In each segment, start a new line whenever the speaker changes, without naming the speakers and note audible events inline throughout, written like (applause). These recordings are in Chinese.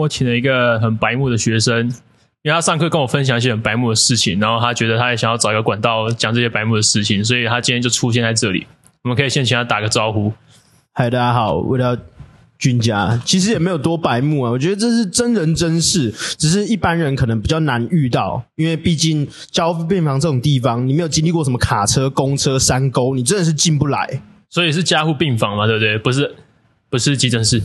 我请了一个很白目的学生，因为他上课跟我分享一些很白目的事情，然后他觉得他也想要找一个管道讲这些白目的事情，所以他今天就出现在这里。我们可以先请他打个招呼。
嗨，大家好，为了君家，其实也没有多白目啊，我觉得这是真人真事，只是一般人可能比较难遇到，因为毕竟交病房这种地方，你没有经历过什么卡车、公车、山沟，你真的是进不来。
所以是加护病房嘛，对不对？不是，不是急诊室。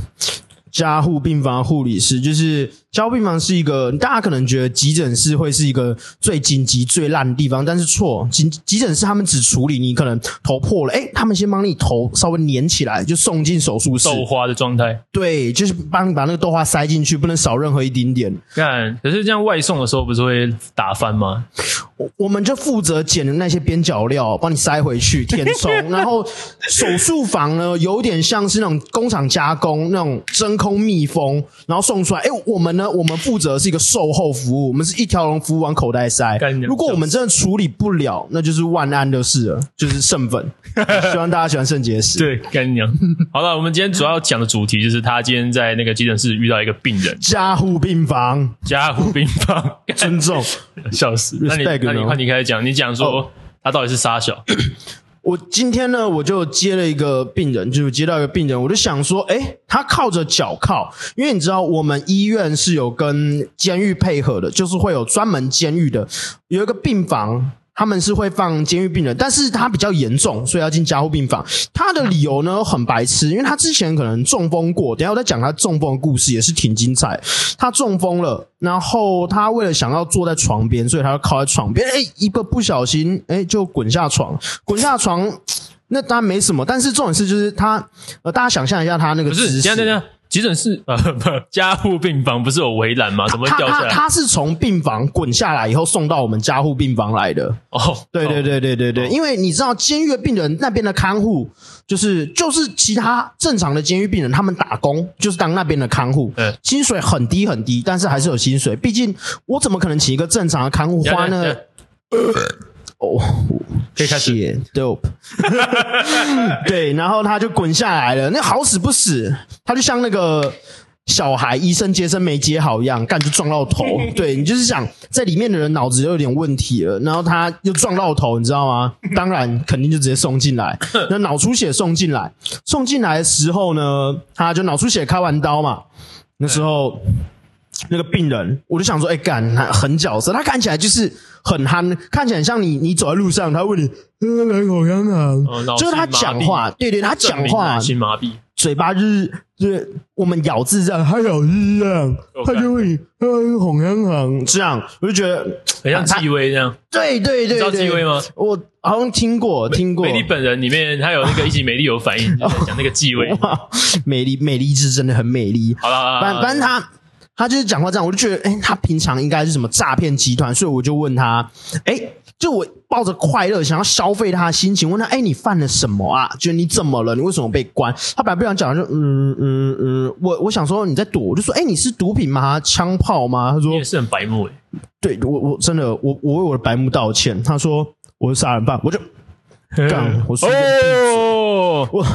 加护病房护理师，就是加护病房是一个大家可能觉得急诊室会是一个最紧急、最烂的地方，但是错，急急诊室他们只处理你可能头破了，哎，他们先帮你头稍微粘起来，就送进手术室，
豆花的状态。
对，就是帮你把那个豆花塞进去，不能少任何一丁点。
看，可是这样外送的时候不是会打翻吗？
我我们就负责捡的那些边角料，帮你塞回去填充。然后手术房呢，有点像是那种工厂加工那种真空密封，然后送出来。哎，我们呢，我们负责是一个售后服务，我们是一条龙服务往口袋塞
干你。娘
如果我们真的处理不了，那就是万安的事了，就是剩粉。 (laughs) 希望大家喜欢肾结石。
对，干你娘！好了，我们今天主要讲的主题就是他今天在那个急诊室遇到一个病人，
加护病房，
加护病房，
尊重。
笑死！那你
Respect
那你
呢
快你开始讲，你讲说他到底是杀小？
我今天呢，我就接了一个病人，就是接到一个病人，我就想说，哎，他靠着脚靠，因为你知道我们医院是有跟监狱配合的，就是会有专门监狱的，有一个病房。他们是会放监狱病人，但是他比较严重，所以要进加护病房。他的理由呢很白痴，因为他之前可能中风过，等一下我再讲他中风的故事，也是挺精彩。他中风了，然后他为了想要坐在床边，所以他就靠在床边，哎，一个不小心，哎，就滚下床，滚下床，那当然没什么，但是重点是就是他，呃，大家想象一下他那个
不
姿
是，
势，
等一下等一下，急诊室呃不，加护病房不是有围栏吗？怎么会
他
掉下
他
来？
他是从病房滚下来以后送到我们加护病房来的，
哦，
对对对对对对，因为你知道监狱病人那边的看护，就是就是其他正常的监狱病人，他们打工就是当那边的看护
嗯，
薪水很低很低，但是还是有薪水。毕竟我怎么可能请一个正常的看护
等一下
花
等一
呢
下？
哦，
可以开始
Shit, dope。对，然后他就滚下来了，那好死不死，他就像那个小孩医生接生没接好一样，干就撞
(laughs)
到头。对你就是想在里面的人脑子又有点问题了，然后他又撞到头，你知道吗？当然肯定就直接送进来，那脑出血送进来，送进来的时候呢，他就脑出血开完刀嘛，那时候。那个病人，我就想说，哎、干，他很角色，他看起来就是很憨，看起来很像你，你走在路上，他问你，呃，来口香糖，
哦脑
就是他
筋麻
讲
痹
话，对对，他
证
讲
明
话
脑，性麻痹，
嘴巴就是就是我们咬字这样，他咬字这样，他就会嗯口香糖这样，我就觉得，
很像
他
纪薇这样，
对对
你
对
知道纪薇
对，
吗？
我好像听过听过
美，丽本人里面，他有那个一集美丽有反应，就是在讲那个纪薇。
哇，美丽美丽是真的很美丽，
好了好了，好
反
了
反正他他就是讲话这样，我就觉得，哎、他平常应该是什么诈骗集团，所以我就问他，哎、就我抱着快乐想要消费他的心情，问他，哎、你犯了什么啊？就是你怎么了？你为什么被关？他本来不想讲，就嗯嗯嗯，我我想说你在躲，我就说，哎、你是毒品吗？枪炮吗？他说
你也，是很白目诶，欸
对我我真的我我为我的白目道歉。他说我是杀人犯，我就干我随便
(laughs) 哦，
我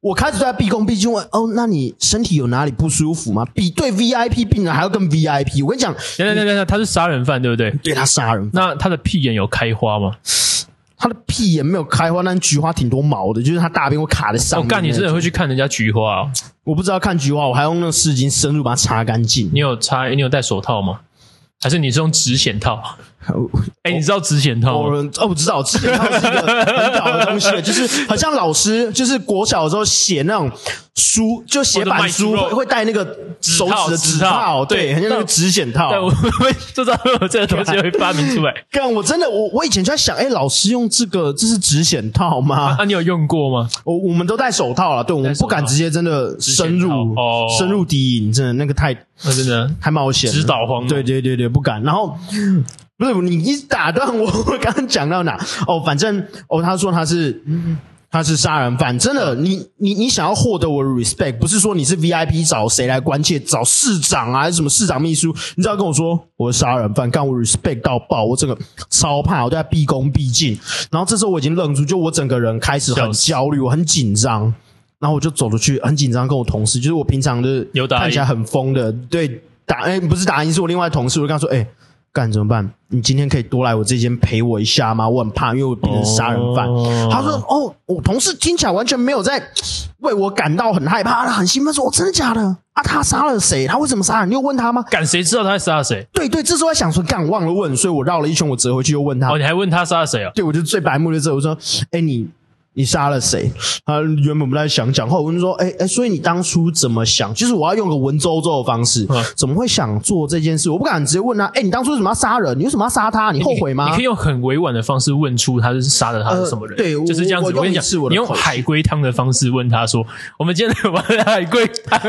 我开始对他毕恭毕敬问，哦，那你身体有哪里不舒服吗？比对 VIP 病人还要更 VIP。我跟你讲，
等等等等，他是杀人犯对不对？
对他杀人，
那他的屁眼有开花吗？
他的屁也没有开花，但菊花挺多毛的，就是他大便会卡在上
我
面。
哦干，你真的会去看人家菊花哦？
我不知道看菊花，我还用那个湿巾深入把它擦干净。
你有擦？你有戴手套吗？还是你是用纸剪套？
我
哎，你知道纸剪套
我
吗？
哦，我知道，之前看到是一个很屌的东西，就是很像老师，就是国小的时候写那种书，就写板书
或者卖猪肉
会会带那个手指的
指套
指套，对，
对
很像那个
但
指剪套。
但我我就知道有这个东西会发明出来。
干，我真的，我我以前就在想，哎、老师用这个，这是指显
(laughs)
套吗？
啊，你有用过吗？
我我们都戴手套了，对，我们不敢直接真的深
指
入
显套哦
深入敌营，真的那个太
啊，真的
太冒险了，
指导黄
对对对对，不敢。然后不是你一打断我， (laughs) 我刚刚讲到哪？哦，反正哦，他说他是。他是杀人犯，真的，你你你想要获得我的 respect，不是说你是 VIP 找谁来关切，找市长啊，还是什么市长秘书，你只要跟我说我是杀人犯，干我 respect 到爆，我整个超怕，我对他毕恭毕敬。然后这时候我已经愣住，就我整个人开始很
笑死
焦虑，我很紧张。然后我就走出去，很紧张，跟我同事，就是我平常的
有打
看起来很疯的，对，打哎、不是打赢，是我另外同事，我就跟他说，哎、干怎么办？你今天可以多来我这间陪我一下吗？我很怕，因为我变成杀人犯。
哦
他说：“哦，我同事听起来完全没有在为我感到很害怕，他很兴奋说：‘哦，真的假的？啊，他杀了谁？他为什么杀人？你有问他吗
敢谁知道他在杀谁？’
对对，这时候我在想说，干忘了问，所以我绕了一圈，我折回去又问他。
哦，你还问他杀了谁啊？
对，我就最白目的这，我说：‘哎，你你杀了谁？’他原本不太想讲，后来我就说：‘哎哎，所以你当初怎么想？’就是我要用个文绉绉的方式，
嗯
怎么会想做这件事？我不敢直接问他：‘哎，你当初为什么要杀人？你为什么要杀他？你后悔吗
你可以用很委婉的方式问出他是杀了他是什么人，
呃对我
就是这样子。
我
我跟你
用一次我
讲，
的
你用海龟汤的方式问他说：“我们今天玩海龟汤，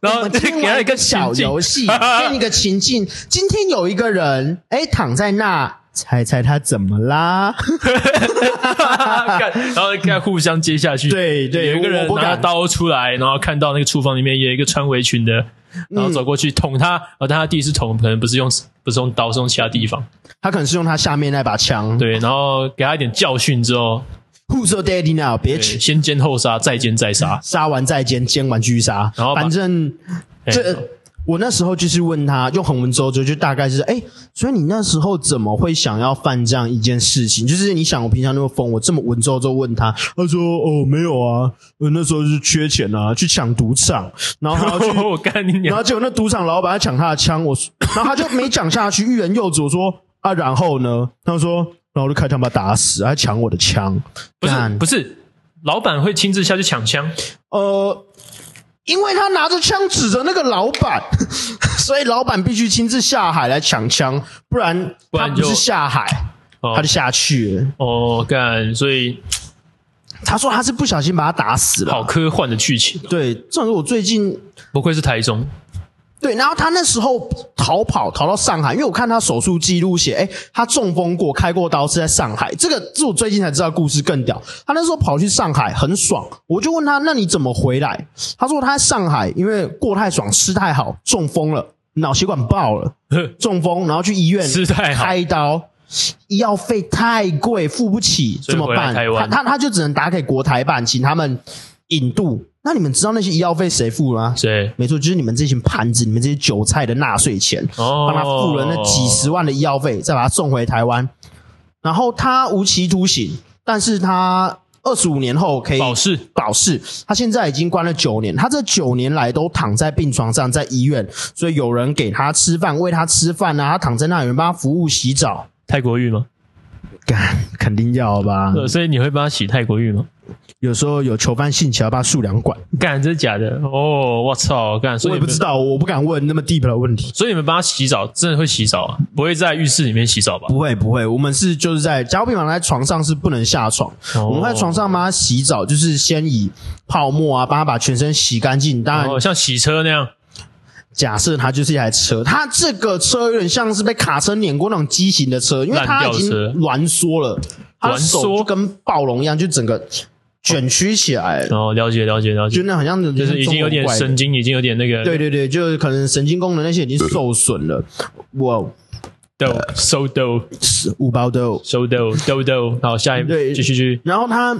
然？’
(laughs) 我
后
们
就
今
给
天
他
玩
一
一
个
个小游
戏。
戏，给你一个情境。今天有一个人，哎，躺在那，猜猜他怎么啦？ (laughs)
(laughs) 干然后再互相接下去。
对对
有一个人
我我不
拿
敢
刀出来，然后看到那个厨房里面有一个穿围裙的，
嗯
然后走过去捅他，然后但他第一次捅可能不是用不是用刀，是用其他地方。
他可能是用他下面那把枪。
对，然后给他一点教训之后，
Who's your daddy now,
对
bitch？
先奸后杀，再奸再杀。
杀完再奸，奸完继续杀。
然后把
反正
哎
这我那时候就是问他，用很文绉绉，就大概是哎、所以你那时候怎么会想要犯这样一件事情？就是你想我平常那么疯，我这么文绉绉问他，他说哦没有啊，我那时候是缺钱啊，去抢赌场，然后他要去
(laughs) 我干你
然
娘！
后结果那赌场老板他抢他的枪，我说然后他就没讲下去，欲言又止。我说啊，然后呢？他说，然后我就开枪把他打死，他抢我的枪，
不是
干
不是，老板会亲自下去抢枪，
呃，因为他拿着枪指着那个老板， (laughs) 所以老板必须亲自下海来抢枪，不然
不然
他不
就是
下海，
哦
他就下去了。
哦干，所以
他说他是不小心把他打死
好
了。
科幻的剧情，
对，这种是我最近
不愧是台中， (laughs)
对，然后他那时候逃跑逃到上海，因为我看他手术记录写，哎，他中风过，开过刀是在上海。这个是我最近才知道，故事更屌。他那时候跑去上海很爽，我就问他，那你怎么回来？他说他在上海因为过太爽，吃太好，中风了，脑血管爆了，中风，然后去医院
吃太好，
开刀，医药费太贵，付不起，
所以
怎么
回来
办？
台湾
他他他就只能打给国台办，请他们引渡。那你们知道那些医药费谁付了吗？
对，
没错，就是你们这群盘子，你们这些韭菜的纳税钱，
哦
帮他付了那几十万的医药费，再把他送回台湾。然后他无期徒刑，但是他二十五年后可以
保释，
保释。他现在已经关了九年，他这九年来都躺在病床上，在医院，所以有人给他吃饭，喂他吃饭啊，他躺在那，有人帮他服务、洗澡。
泰国浴吗？
干，肯定要吧？
呃所以你会帮他洗泰国浴吗？
有时候有囚犯性起来，把他数量管，
干，真的假的？哦，我操，干，所
我
以你
也不
们
知，道，我不敢问那么 deep 的问题。
所以你们帮他洗澡，真的会洗澡啊？不会在浴室里面洗澡吧？
不会不会，我们是就是在加护病房在床上是不能下床，
哦
我们在床上帮他洗澡，就是先以泡沫啊帮他把全身洗干净。当然
哦，，像洗车那样，
假设它就是一台车，它这个车有点像是被卡车碾过那种畸形的车，因为它已经
烂掉
挛缩了，它
挛缩
手就跟暴龙一样，就整个卷曲起来了，
哦，了解，了解，了解
就，那好像就
就是已经有点神经，已经有点那个，
对对对，就是可能神经功能那些已经受损了。我
抖，收抖，
是五包都有
收抖，抖抖，好，下一步
对
继续继续，
然后他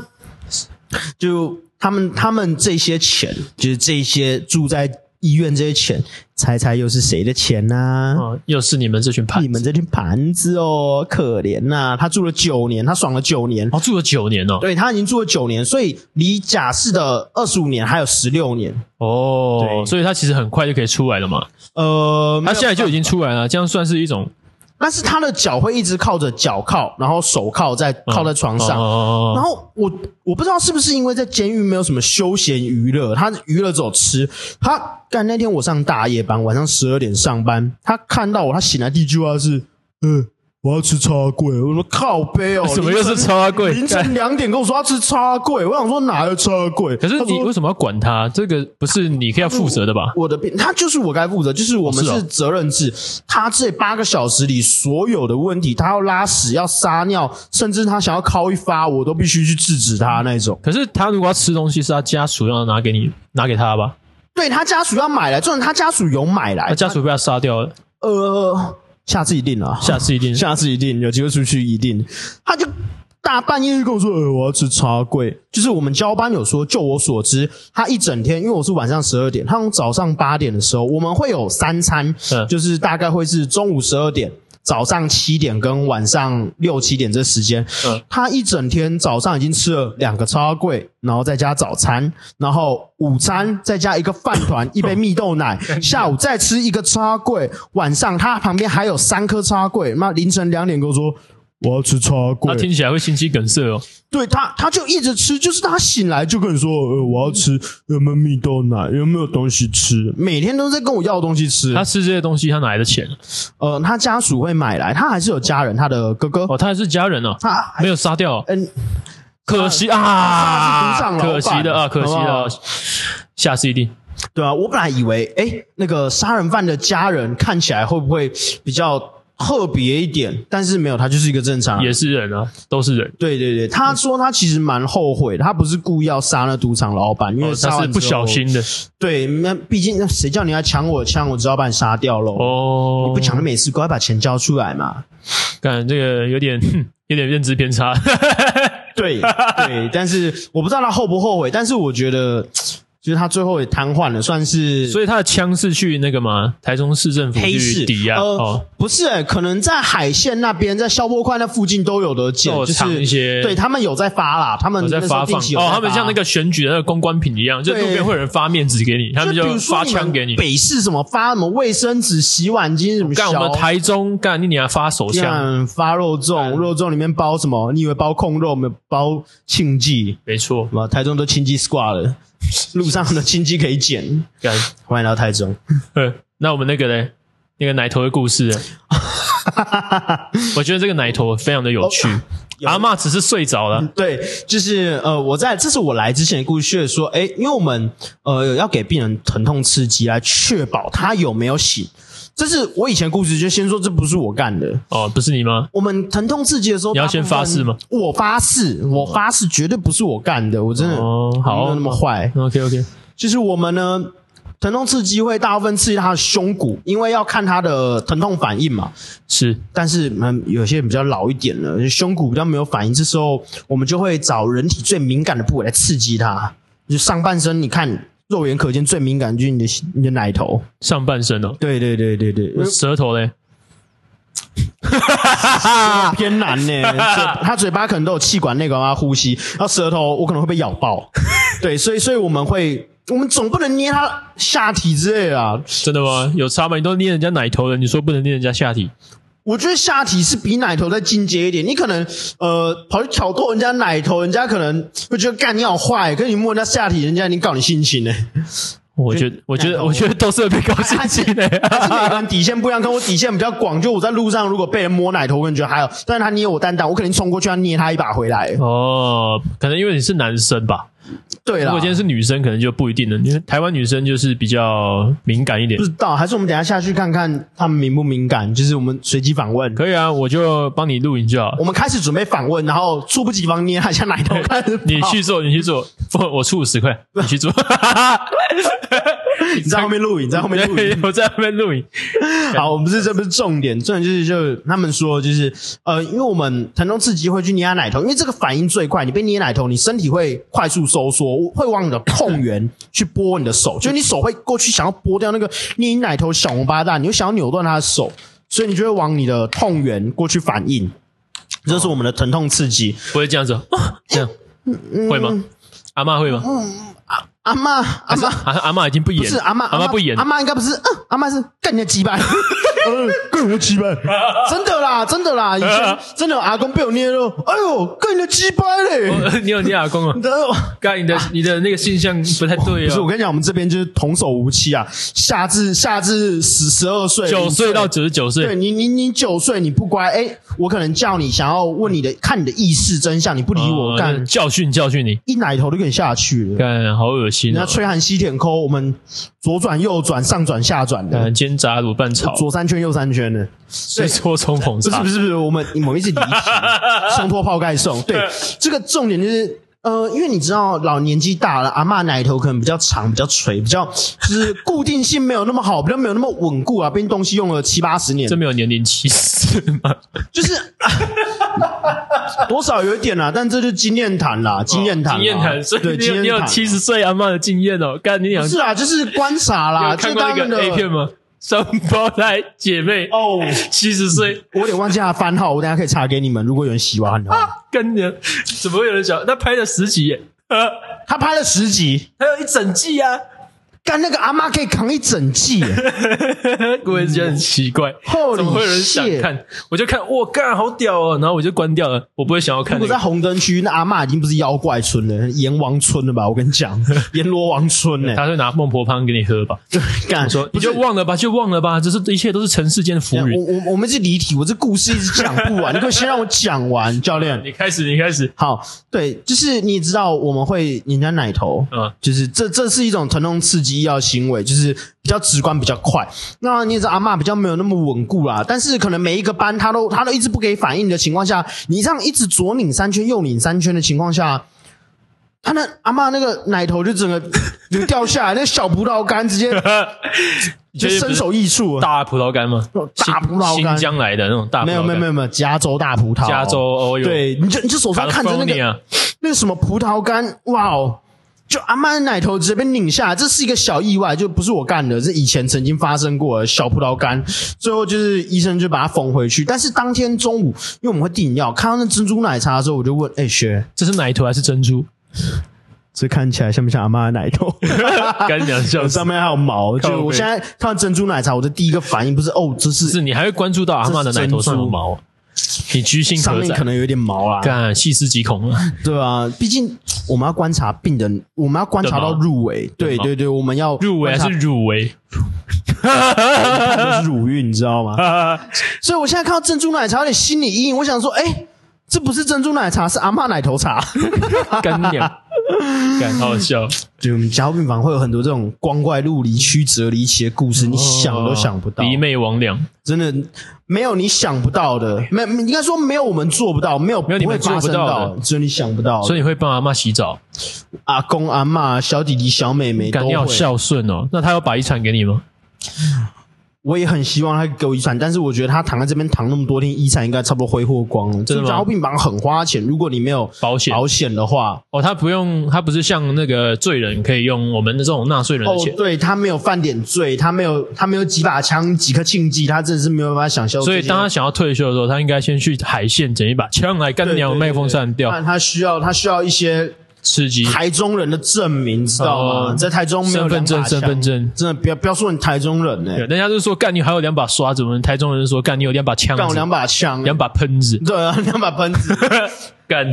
就他们他们这些钱，就是这些住在医院这些钱，猜猜又是谁的钱呢、
哦，又是你们这群盘
你，们这群盘子哦，可怜呐、他住了九年，他爽了九年。
哦，住了九年哦，
对他已经住了九年，所以离假释的二十五年还有十六年。
哦，
对
所以他其实很快就可以出来了嘛，
呃，
他
没有
现在就已经出来了，这样算是一种
但是他的脚会一直靠着脚铐，然后手铐在靠在床上，
嗯哦
然后我我不知道是不是因为在监狱没有什么休闲娱乐，他娱乐只有吃。他干那天我上大夜班，晚上十二点上班，他看到我，他醒来第一句话是：“嗯、我要吃叉贵。”我说：“靠背哦，
什么又是
凌晨
超贵？
凌晨两点跟我说要吃叉贵，我想说哪来的叉贵？
可是
他
你
说
为什么要管他？这个不是你可以要负责的吧？
我的病，他就是我该负责，就是我
哦
们
是哦
是责任制。他这八个小时里所有的问题，他要拉屎、要撒尿，甚至他想要敲一发，我都必须去制止他那种。
可是他如果要吃东西，是他家属要拿给你拿给他吧？
对他家属要买来，重点他家属有买来
他，啊家属被他杀掉了，
呃，下次一定了，
下次一定
下次一定有机会出去一定。他就大半夜就跟我说，呃，我要吃茶桂。就是我们交班有说，就我所知，他一整天，因为我是晚上十二点，他从早上八点的时候，我们会有三餐，
嗯
就是大概会是中午十二点。早上七点跟晚上六七点这时间，
嗯
他一整天早上已经吃了两个超贵，然后再加早餐，然后午餐再加一个饭团，一杯蜜豆奶，下午再吃一个超贵，晚上他旁边还有三颗超贵，妈凌晨两点跟我说我要吃超贵
他，听起来会心肌梗塞哦。
对他，他就一直吃，就是他醒来就跟你说，呃，我要吃有没有蜜豆奶，有没有东西吃，每天都在跟我要东西吃
他。吃这些东西，他哪来的钱？
呃，他家属会买来，他还是有家人，他的哥哥，
哦，他还是家人哦，
他
没有杀掉哦，
嗯、
可惜
他是
啊
独掌，老板
可惜的啊，可惜的啊
好不，
下次一定。
对啊，我本来以为，哎，那个杀人犯的家人看起来会不会比较特别一点？但是没有，他就是一个正常
也
人。
是人啊，都是人，
对对对，他说他其实蛮后悔的，他不是故意要杀那赌场老板，因为
哦
杀
他
完
是不
之后
小。心的
对，那毕竟那谁叫你要抢我枪，我只好把你杀掉喽。
哦。
不抢的美事，赶快把钱交出来嘛。
干这个有点 (laughs) 有点认知偏差， (laughs)
对对，但是我不知道他后不后悔，但是我觉得，就是他最后也瘫痪了，算是
所以他的枪是去那个嘛，台中市政府
黑市
去抵押
呃
哦，
不是、欸，可能在海线那边，在消波块那附近都有的捡
都，有
就
藏
是
一些
对他们有在发啦，他们
我在
嗯那时候
发放
定期有在
哦，他们
发
像那。个选举的那个公关品一样，就
对
路边会有人发面纸给你，他们
就比如
发
说
枪给你。
北市什么发什么卫生纸、洗碗巾什么
干我
小
们台中干你你还发手枪，
像发肉粽，
嗯
肉粽里面包什么？你以为包控肉，没有包庆记？
没错
什，么台中都亲戚 squad 了，路上的亲戚可以捡。
干。 (laughs)
欢迎来到台中。
呃那我们那个嘞，那个奶头的故
(laughs)
事呢，我觉得这个奶头非常的有趣。
哦有嗯
阿嬷只是睡着了，
对，就是呃，我在这是我来之前的故事，说，哎，因为我们呃要给病人疼痛刺激来确保他有没有醒。这是我以前故事，就先说这不是我干的。
哦，不是你吗？
我们疼痛刺激的时候，
你要先
大部分
发誓吗？
我发誓，我发誓绝对不是我干的，我真的
哦好
没有那么坏。
OK OK，
就是我们呢，疼痛刺激会大部分刺激他的胸骨，因为要看他的疼痛反应嘛。
是
但是嗯，有些人比较老一点了，胸骨比较没有反应，这时候我们就会找人体最敏感的部位来刺激它。就上半身，你看肉眼可见最敏感就是你的你的奶头。
上半身哦，
对对对对对，
舌头嘞，
偏难呢、嘴他嘴巴可能都有气管内管让他呼吸，然后舌头我可能会被咬爆。对，所以所以我们会，我们总不能捏他下体之类的啊。
真的吗？有差吗？你都捏人家奶头了，你说不能捏人家下体？
我觉得下体是比奶头再进阶一点。你可能呃跑去挑逗人家奶头，人家可能会觉得干你好坏，可是你摸人家下体，人家已经告你性侵了。
我觉得，我觉
奶
得，
头
我觉得都是会被高兴气的。
(laughs) 但是每个人底线不一样，跟我底线比较广。就我在路上如果被人摸奶头，我可能觉得还好，但是他捏我蛋蛋，我肯定冲过去，他捏他一把回来。
哦，可能因为你是男生吧，
对啊
如
啦
果，今天是女生，可能就不一定了。因为台湾女生就是比较敏感一点
不，知道，还是我们等一下下去看看他们敏不敏感，就是我们随机访问。
可以啊，我就帮你录影就好。
(laughs) 我们开始准备访问，然后猝不及防捏他一下奶头，看
(laughs) 你去做，你去做，不，我出五十
(laughs)
块，你去做。
你在后面录影，你在后面录影
对。我在那边录影。
(laughs) 好，我们是这不是重点，重点就是就是他们说就是呃，因为我们疼痛刺激会去捏他奶头，因为这个反应最快，你被捏奶头，你身体会快速收缩，会往你的痛源去拨你的手，就是你手会过去想要拨掉那个捏你奶头小王八蛋，你会想要扭断他的手，所以你就会往你的痛源过去反应。这是我们的疼痛刺激，
不会这样
(laughs)
子、哦，这样、
嗯
会吗？阿嬷会吗？
阿妈嗯阿妈
还是阿嬷已经不演
不
了，
是阿妈，
阿嬷不演呃
阿，妈应该不是，嗯，阿妈是干人家鸡巴，
(laughs)
嗯，干人家鸡巴， (laughs) 真的啦，真的啦，以
(laughs)
前真的有阿公被我捏了，哎呦，干人家鸡巴
(laughs)
嘞，
你有你阿公啊？
然后
刚你的你的那个性向不太对
不是，我
哦。
跟你讲，我们这边就是童叟无欺啊，下至下至十十二岁，
九岁到九十九
对
岁，
你，你你九岁你不乖，哎，我可能叫你想要问你的看你的意识真相，你不理我，
哦
干
教训教训你，
一奶头就给你下去了。
干好恶心
人
啊
家！吹寒西舔抠，我们左转右转上转下转的
干，煎炸卤拌炒，
左三圈右三圈的。
水搓
(laughs)
冲捧
不是
茶 (laughs)
不，是不是，我们我们一直离题，松脱泡盖送。对，这个重点就是呃，因为你知道老年纪大了，阿嬷奶头可能比较长、比较垂、比较就是固定性没有那么好，比较没有那么稳固啊。毕竟东西用了七八十年
这，没有年龄歧视吗？
(laughs) 就是啊多少有一点啦，但这就是经验谈啦，经验谈啦、
经验谈，所以
对
你
经
有你
验
有
谈
七十岁阿妈的经验哦。干你两
(laughs) 是啊，就是观察啦，
有看过那
这当然
个
的
A 片吗？双胞胎姐妹
哦，
七十岁，
我有点忘记他的番号，我等一下可以查给你们。如果有人喜欢的话，
跟你怎么会有人想？那拍了十集耶，呃，
他拍了十集，
还有一整季啊，
干那个阿妈可以扛一整季耶，
(laughs) 我也觉得很奇怪，
Holy
怎么会有人想
shit
看？我就看，我干好屌哦，然后我就关掉了，我不会想要看
如果
那
在
个。
红灯区，那阿嬷已经不是妖怪村了，阎王村了吧？我跟
(laughs)
你讲，阎罗王村呢、
他会拿孟婆汤给你喝吧？
干
说
不
你
是
就忘了吧，就忘了吧，这是一切都是尘世间的浮
我
云。
我我们是离题，我这故事一直讲不完，你可以先让我讲完，教练。
你开始，你开始，
好，对，就是你知道我们会人家奶头，
嗯，
就是这这是一种疼痛刺激医药行为，就是比较直观，比较快。那你也知道阿嬷比较没有那么稳固啦，但是可能每一个班他都他都一直不给反应的情况下，你这样一直左拧三圈，右拧三圈的情况下。他那阿嬷那个奶头就整个就掉下来，那小葡萄干直
(laughs)
接
你
就
确定不是
身首异处
(laughs)
了。
大葡萄干吗？
哦大葡萄
新
干
新疆来的那种大葡萄
没有
干，
没有没有没有，加州大葡萄，
加州哦哟，
对，你就你就手上看着那个
California，
那个什么葡萄干，哇哦！就阿妈的奶头直接被拧下来，这是一个小意外，就不是我干的，是以前曾经发生过的小葡萄干。最后就是医生就把它缝回去，但是当天中午，因为我们会订药，看到那珍珠奶茶的时候，我就问：“哎、学，
这是奶头还是珍
(laughs)
珠？
这看起来像不像阿妈的奶 (laughs) 头？”
干娘笑死
上。面还有毛，就
靠
我
背
现在看到珍珠奶茶，我的第一个反应不是哦，这是
是你还会关注到阿嬷的奶头上有毛，你居心
上
何
面可
在？
能有点毛啊啦，
干细思极恐啊！
对啊，毕竟我们要观察病人，我们要观察到
对吗
入围，对
对吗
对对，我们要
入围还是乳
(laughs)
围？
观察就是乳晕，你知道吗？所以我现在看到珍珠奶茶有点心理阴影，我想说，哎、这不是珍珠奶茶，是阿嬷奶头茶。
干娘，干好笑。
对，我们加护病房会有很多这种光怪陆离、曲折离奇的故事，你 (laughs) 想都想不到，
魑魅魍魉，
真的没有你想不到的，没应该说没有我们做不到，没有没
有你们
会发
做
生
不到的
只有你想不到的。
所以你会帮阿嬷洗澡？
阿公、阿嬷、小弟弟、小妹妹
干
都
你好
会。
孝顺哦。那他有把遗产给你吗？
我也很希望他给我遗产，但是我觉得他躺在这边躺那么多天，遗产应该差不多挥霍光了。
真的吗
加护病房很花钱，如果你没有
保险
保险的话，
哦，他不用，他不是像那个罪人可以用我们这种纳税人
哦
的钱，，
对他没有犯点罪，他没有他没有几把枪、几颗庆忌，他真的是没有办法想象这
所
些。
以当他想要退休的时候，他应该先去海县整一把枪来干
对
娘
对
麦克风扇
不然
掉，
他需要他需要一些
刺激
台中人的证明，知道吗？
哦
在台中没
身
有
份证，
两把枪
身份，证。
真的不要不要说你台中人呢、
对，人家就说干你还有两把刷子，我们台中人就说干你有两把枪子，
干我两把枪、
两把喷子， (laughs)
对啊， (laughs) 两把喷子，
干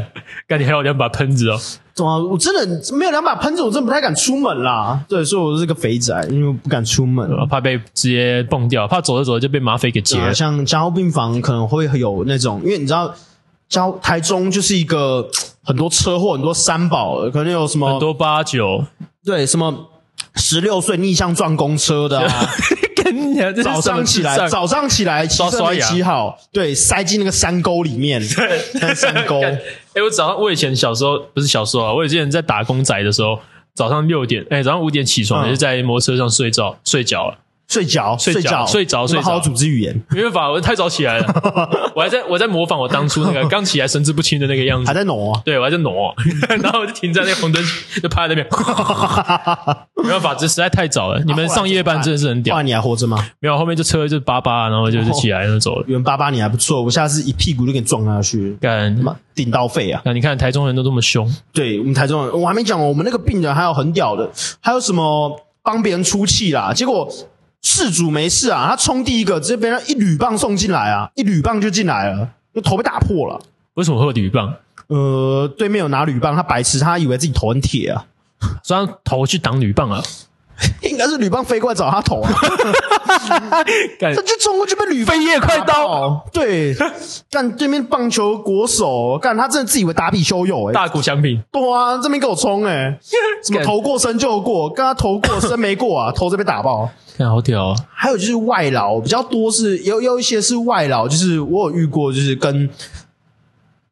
干你还有两把喷子哦，
对啊，我真的没有两把喷子，我真的不太敢出门啦。对，所以我是个肥宅，因为我不敢出门。
对吧啊怕被直接蹦掉，怕走着走着就被马匪给劫
对啊
了。
像加护病房可能会有那种，因为你知道，交台中就是一个很多车祸、很多三宝，可能有什
很
么
多八九，
对什么十六岁逆向撞公车的、
(laughs)
啊，
干你啊！这是
早
什
上
么
起来
智障
早上起来骑
刷
车
刷
没
牙
骑好，对，塞进那个山沟里面，那山沟
干哎，我早上我以前小时候不是小时候啊，我以前在打工仔的时候，早上六点，哎，早上五点起床，
嗯
也是在摩托车上睡着睡觉啊了，
(laughs) 睡觉
睡觉
觉
睡着嗯
你们
睡
好好
着
组织语言，
没办法，我太早起来
(laughs)
了，我还在我在模仿我当初那个刚起来神志不清的那个样子
还。在挪、啊。
对，我还在挪，然后我就停在那个红灯，就趴在那边，没办法，这实在太早了。你们上夜班真的是很
后
(laughs) 屌
来，你还活着吗？
没有后面就车就叭叭，然后就就起来就走了。
原八八你还不错，我下次一屁股就给你撞下去，
干
妈顶到肺啊！
那你看台中人都这么凶，
对我们台中人，我还没讲哦，我们那个病人还有很屌的，还有什么帮别人出气啦，结果事主没事啊，他冲第一个，直接被人家一铝棒送进来啊，一铝棒就进来了，就头被打破了。
为什么会有铝棒？
呃，对面有拿铝棒，他白痴，他以为自己头很铁啊，
所以他头去挡铝棒啊！
应该是铝棒飞过来找他头啊，
干
他就冲过去被铝棒
飞叶快
打
刀，
爆，对，干对面棒球国手，干他真的自以为打比修友哎、
大骨相平，
对啊，这边给我冲哎、 (laughs) 什么
干
头过身就过，跟他头过身没
(laughs)
过啊，头这边打爆。
看好屌哦！
还有就是外劳比较多是，有有一些是外劳，就是我有遇过，就是跟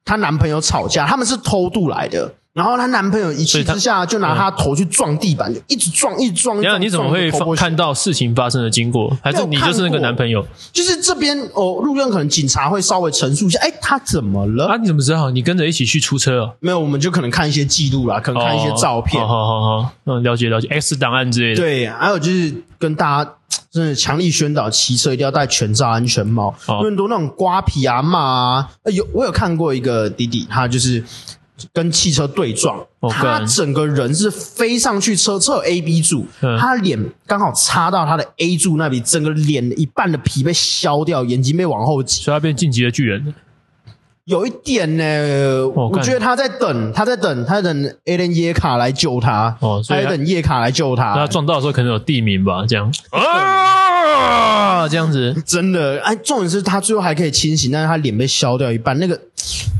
她男朋友吵架，他们是偷渡来的，然后她男朋友一气之下就拿她头去撞地板，就一直撞，一直撞。
等一
一
下
直
你怎么
撞
会
头
放
破血
看到事情发生的经过？还是你就是那个男朋友
就是这边哦，入院可能警察会稍微陈述一下，哎，他怎么了？
啊？你怎么知道？你跟着一起去出车哦？
没有，我们就可能看一些记录啦，可能看一些照片。
哦好好好，嗯，了解了解，X 档案之类的。
对，还有就是跟大家真的强力宣导，骑车一定要戴全罩安全帽，
哦
因为很多那种瓜皮啊、骂啊，呃有我有看过一个弟弟，他就是。跟汽车对撞，
哦
他
干
整个人是飞上去车侧 A B 柱，
嗯
他脸刚好插到他的 A 柱那里，整个脸一半的皮被削掉，眼睛被往后挤，
所以他变晋级的巨人。
有一点呢、
哦
我
干
觉得他在等，他在等，他在等 a l a n 耶卡来救他，
哦所以
他
他
在等叶卡来救他。
那他撞到的时候可能有地名吧？这样啊，这样子。
真的，哎，重点是他最后还可以清醒，但是他脸被削掉一半，那个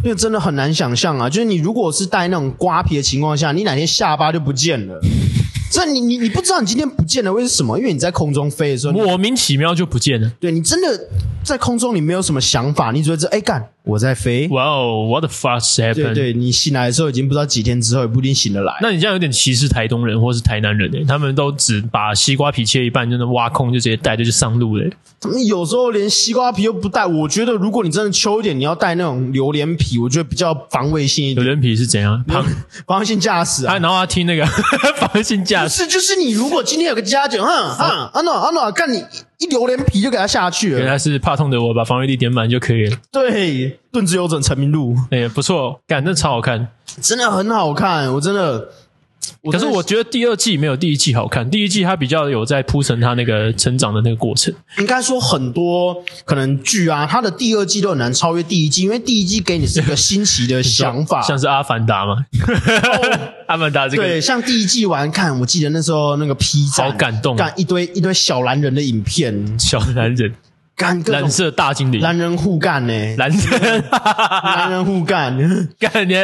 那个真的很难想象啊！就是你如果是戴那种瓜皮的情况下，你哪天下巴就不见了，这你你你不知道你今天不见了为什么？因为你在空中飞的时候，你
莫名其妙就不见了，
对你真的在空中你没有什么想法，你只会知道哎干我在飞。
哇哦，What the fuck
对
happened？
对，你醒来的时候已经不知道几天之后，也不一定醒得来。
那你这样有点歧视台东人或是台南人诶、欸他们都只把西瓜皮切一半，就能挖空就直接带着就上路欸嘞、
他们有时候连西瓜皮都不带，我觉得如果你真的秋一点，你要带那种榴莲皮，我觉得比较防卫性一
榴
点，
莲皮是怎样？旁
防卫性驾驶啊
他。然后他听那个 (laughs) 防性驾
不
驶，
是，就是你如果今天有个家嗯酒，哼哼，安诺安诺，嗯干你一榴莲皮就给他下去
原
了。
来是怕痛的我把防御力点满就可以了。
对，盾之有整陈明路
哎、不错，感那超好看。
真的很好看，我真的。
可是
真的
我觉得第二季没有第一季好看，第一季它比较有在铺陈他那个成长的那个过程。
应该说很多可能剧啊，它的第二季都很难超越第一季，因为第一季给你是一
(laughs)
个新奇的想法，哦
像是阿凡达嘛， (laughs) 阿凡达这个
对，像第一季完看，我记得那时候那个 P 站
好感动啊
干一堆一堆小蓝人的影片，
小男人，
干各
蓝
种
色大精灵，
蓝人互干
(laughs)
呢，
蓝色，
蓝人互干，
干你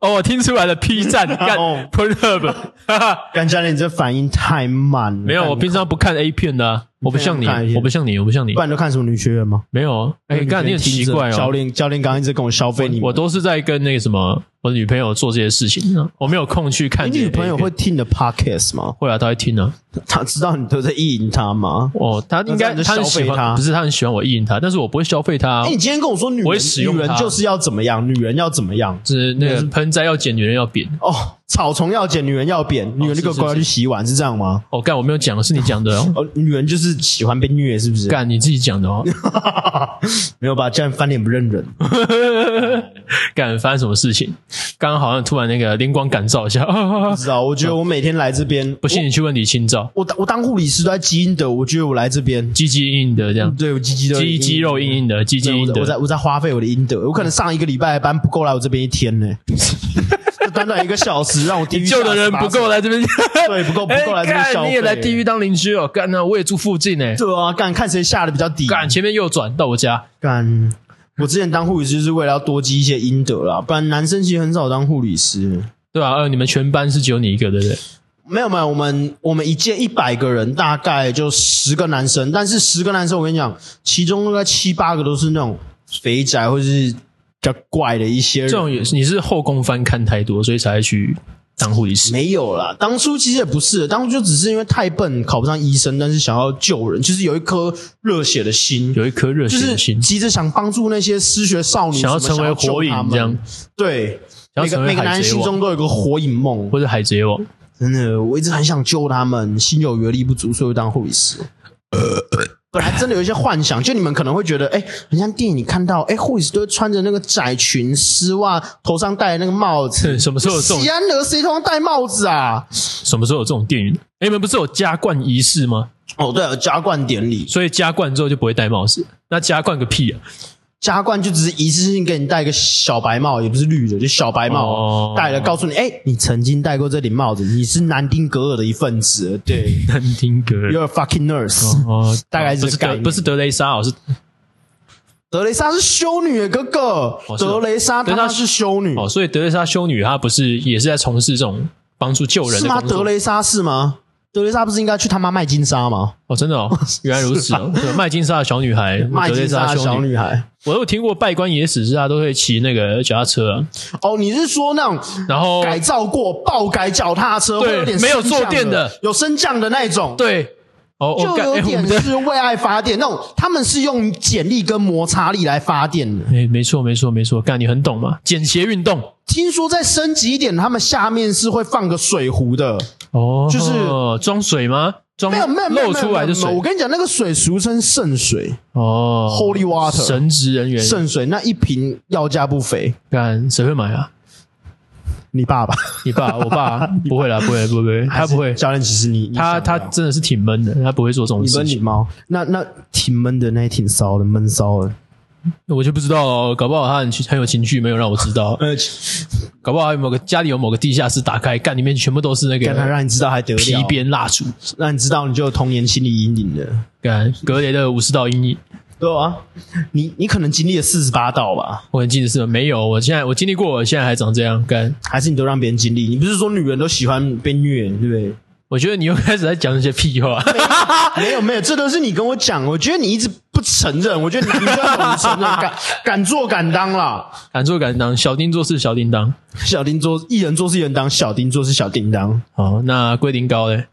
哦，我听出来了，P
(laughs)
站干
哦
Pornhub，哈 (laughs) 哈
干教练你这反应太慢了，
没有，
干
我平常不看 A 片的啊，我不像你
你看 A 片，
我不像你，我不像你
不，然都看什么女学院吗？
没有啊，哎，干你很奇怪
教
哦。
练教练刚刚一直跟我消费你们，
我都是在跟那个什么我的女朋友做这些事情啊，我没有空去看
嗯你
这些 A
女
片。
朋友会听你的 podcast 吗？
会啊，她会听啊。
她知道你都在意淫她吗？
哦，她应该
那这样就
她很
消费
喜欢，
她
不是她很喜欢我意淫她，但是我不会消费她啊
哎、。你今天跟我说女人，
我会使用
女人
它
就是要怎么样，女人要怎么样？
就是那个盆栽要剪，女人要扁。
哦，草丛要剪，女人要扁，女人就给我
哦是是
乖乖去洗碗，是这样吗？
哦，干我没有讲，是你讲的
(laughs)
哦。
哦，女人就是喜欢被虐，是不是？
干你自己讲的
(laughs)
哦。
没有吧？这样翻脸不认人。
干发生什么事情？刚刚好像突然那个灵光感召一下， (laughs)
不知道，我觉得我每天来这边，
嗯不信你去问李清照，
我我当我当护理师都在基因的，我觉得我来这边，
鸡鸡硬硬的这样，
嗯对我鸡鸡都嗯
鸡肌肉硬硬的，鸡鸡
对
硬
我在我在
的。
我在花费我的阴德，我可能上一个礼拜的班不够来我这边一天呢、 (laughs) 就短短一个小时让我地狱
救的人不够来这边，
对不够不够来这边
哎干
消费
你也来地狱当邻居哦，干那我也住附近哎，
对啊，干看谁下的比较低，
干前面右转到我家，
干。我之前当护理师就是为了要多积一些阴德啦，不然男生其实很少当护理师。
对吧？呃，你们全班是只有你一个，对不对？
没有没有，我们我们一届一百个人，大概就十个男生，但是十个男生我跟你讲，其中大概七八个都是那种肥宅或是比较怪的一些人。
这种也是你是后宫番看太多，所以才会去当护理师。
没有啦，当初其实也不是，当初就只是因为太笨考不上医生，但是想要救人，就是有一颗热血的心，
有一颗热
就
血的
是
心，
急着想帮助那些失学少女，
想要
什么
成为
救
火影
他们
这样。
对，
想要
每个
成
每
为
个男
海
人
贼
心中
王
都有一个火影梦，
或者海贼王。
真的，我一直很想救他们，心有余而力不足，所以我当护
(coughs)
理师。本来真的有一些幻想，就你们可能会觉得，哎、很像电影里看到，哎、护理师都会穿着那个窄裙、丝袜，头上戴那个帽
(laughs)
子。
什么时候有这种
喜安儿谁头上戴帽子啊？
什么时候有这种电影？哎，你们不是有加冠仪式吗？
哦，对了，加冠典礼，
所以加冠之后就不会戴帽子。那加冠个屁啊！ (laughs)
加冠就只是一次性给你戴一个小白帽，也不是绿的，就小白帽、
哦
戴了，告诉你，哎、你曾经戴过这顶帽子，你是南丁格尔的一份子，对
(laughs) 难听歌。
，You're a fucking nurse、
哦，
大概是
不
这
是
个概
德
念
不是德雷莎哦，是
德雷莎是修女耶，哥哥，
哦是哦
德雷莎
德
她
雷莎
是修女，
哦，所以德雷莎修女她不是也是在从事这种帮助救人
是
的
吗？
工
德
作？
雷莎是吗？德蕾莎不是应该去他妈卖金沙吗？
哦，真的
(laughs)
哦，原来如此哦。对麦金莎的小女孩，
卖
哦德
啊金
蕾莎
沙
的
的小
兄弟，
女孩。
我有听过拜官野史是啊，都会骑那个脚踏车啊，
哦，你是说那种
然后
改造过爆改脚踏车，
对
会有点
没有
升降
坐垫的
的，有升降的那一种，
对，哦，我
就
干，
有
哎，我们
点
的
是为爱发电那种。他们是用剪力跟摩擦力来发电的。
没没错没错没错，干你很懂嘛，简谐运动
听说再升级一点，他们下面是会放个水壶的，
哦，
就是
装水吗？装
没有没有没有
漏
没有
出来的
没有
水
我跟你讲，那个水俗称圣水
哦
，Holy Water。
神职人员
圣水那一瓶要价不菲，
干谁会买啊？
你爸爸
你
(laughs)
爸我爸啊不会啦，不会不会不会，他不会，
教练，其实你你
他
想不
他
到
真的是挺闷的，他不会做这种
你
事
跟啊你
情。
猫，那那挺闷的，那也挺骚的，闷骚的。
我就不知道哦，搞不好他很很有情绪，没有让我知道。
呃，
搞不好还有某个家里有某个地下室打开，干里面全部都是那
(laughs) 干他
个
让你知道还得了
皮，鞭蜡烛，
让你知道你就有童年心理阴影了。
干格雷的五十道阴影。
对啊，你你可能经历了四十八道吧，
我很记得是吗没有，我现在我经历过，我现在还长这样。干，
还是你都让别人经历？你不是说女人都喜欢被虐，对不对？
我觉得你又开始在讲一些屁
(laughs)
话。
没有没有，这都是你跟我讲。我觉得你一直不承认，我觉得你要怎么承认？敢 (laughs) 敢做敢当啦！
敢做敢当，小丁做事小叮当。
小丁做一人做事一人当，小丁做事小叮当。
好，那龟苓膏嘞？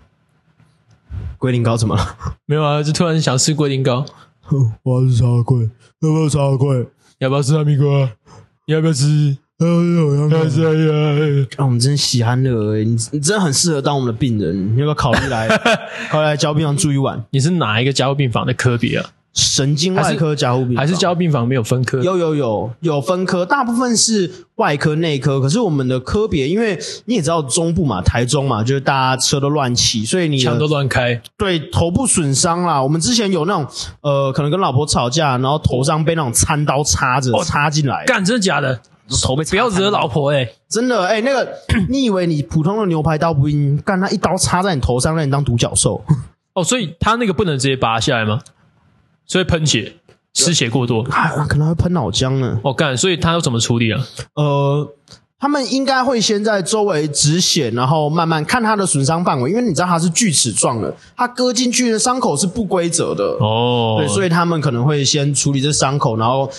龟苓膏怎么了？
没有啊，就突然想吃龟苓膏，
哦我要吃茶桂，要不要茶桂？
要不要吃哈密瓜？你要不要吃？
哎
要
呀，
吃呀！
啊，我们真是喜憨乐而已，你你真的很适合当我们的病人，你要不要考虑 (laughs) 来考虑来交病房住一晚？
你是哪一个加护病房的科别啊？
神经外科加护病
还是
交
加护病房没有分科？
有有有有分科，大部分是外科、内科，可是我们的科别，因为你也知道中部嘛，台中嘛，就是大家车都乱骑，所以你
枪
的
都乱开，
对头部损伤啦。我们之前有那种呃，可能跟老婆吵架，然后头上被那种餐刀插着、插进来，
干真的假的？
头被
不要惹老婆哎、
真的，哎、那 (clears throat) 个你以为你普通的牛排刀不硬，干他一刀插在你头上，让你当独角兽。
哦，所以他那个不能直接拔下来吗？所以喷血，失血过多。
啊，可能会喷脑浆呢。
哦，干，所以他要怎么处理啊？
呃，他们应该会先在周围止血，然后慢慢看他的损伤范围，因为你知道它是锯齿状的，它割进去的伤口是不规则的，
哦，
对，所
以
以他们可能会先处理这伤口，然后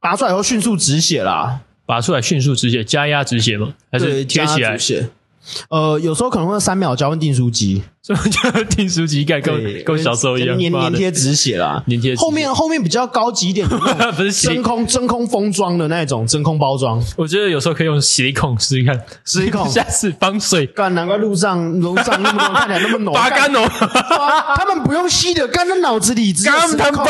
拔出来以后迅速止血啦，
拔出来迅速止血，加压止血吗？还是
对，
贴
加
起来
止？血。呃，有时候可能会三秒交换订书机，
所以就订书机盖，跟
对
跟我小时候一样，
粘
妈
粘
的
贴止血啦，
粘贴止血
后面后面比较高级一点，
(laughs) 不是
真
洗，
空真空封装的那种真空
(laughs)
包装，
我觉得有时候可以用洗力控试试看，。
十一孔
下次防水
(laughs) 干，难怪路上路上那么多人看起来那么浓，
拔干
(laughs)
哦，
啊他们不用吸的，干他脑子里只有
干他
失控，
拔，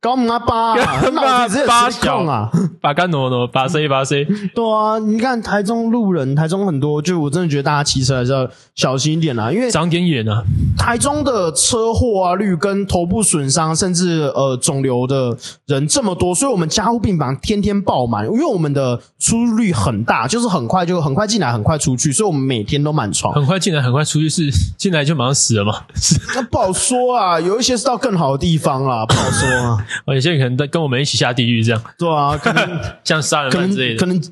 搞我们阿爸啊，
干
脑子里只
八
有失控啊。
拔干哦喏，拔 C 拔 C，
对啊，你看台中路人，台中很多，就我真的觉得大家骑车还是要小心一点啦、因为
长点眼啊，
台中的车祸啊率跟头部损伤，甚至呃肿瘤的人这么多，所以我们加护病房天天爆满，因为我们的出入率很大，就是很快就很快进来，很快出去，所以我们每天都满床。
很快进来，很快出去是进来就马上死了嘛，是
那不好说啊，有一些是到更好的地方啦，不好说啊。
而且可能跟跟我们一起下地狱这样，
对啊，可能
像杀人
可
犯之类
能可
的。
能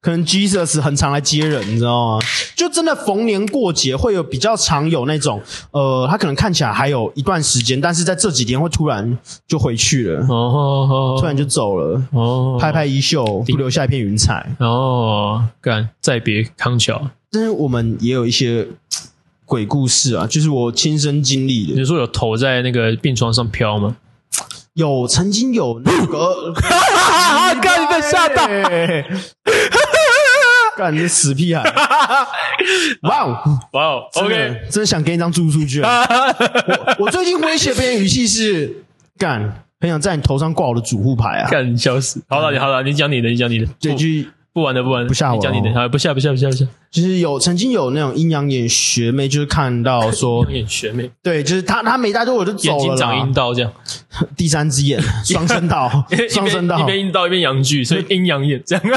可能 Jesus 很常来接人，你知道吗？就真的逢年过节会有比较常有那种，呃，他可能看起来还有一段时间，但是在这几天会突然就回去了，
哦哦
突然就走了，
哦哦，
拍拍衣袖，不留下一片云彩。
哦，干再别康桥，
但是我们也有一些嘖鬼故事啊，就是我亲身经历
你
的，
是说有头在那个病床上飘吗？
有曾经有那
(laughs)
个
啊！刚你被吓到，
(laughs) 干你死屁
(laughs)
孩！哇哦
哇哦
真的
，OK，
真的想给你张住宿券。啊
(laughs)
我我最近威胁别人语气是干，很想在你头上挂我的主护牌啊！
干笑死！好了，你好了，你讲你的，你讲你的，
对，
不
就是
不玩了，不玩了，
不吓我
你讲你的，
哦
好，不吓，不吓，不吓，不吓。
就是有曾经有那种阴阳眼学妹，就是看到说
(laughs) 有，点学妹，
对，就是她她没带多我就
眼
走
睛
了
长阴
啦。
道这样，
第三只
(laughs)
眼，双声道
一，边
双声道
一，边阴道一边阳具，所以阴阳眼这
(laughs)
样。
阴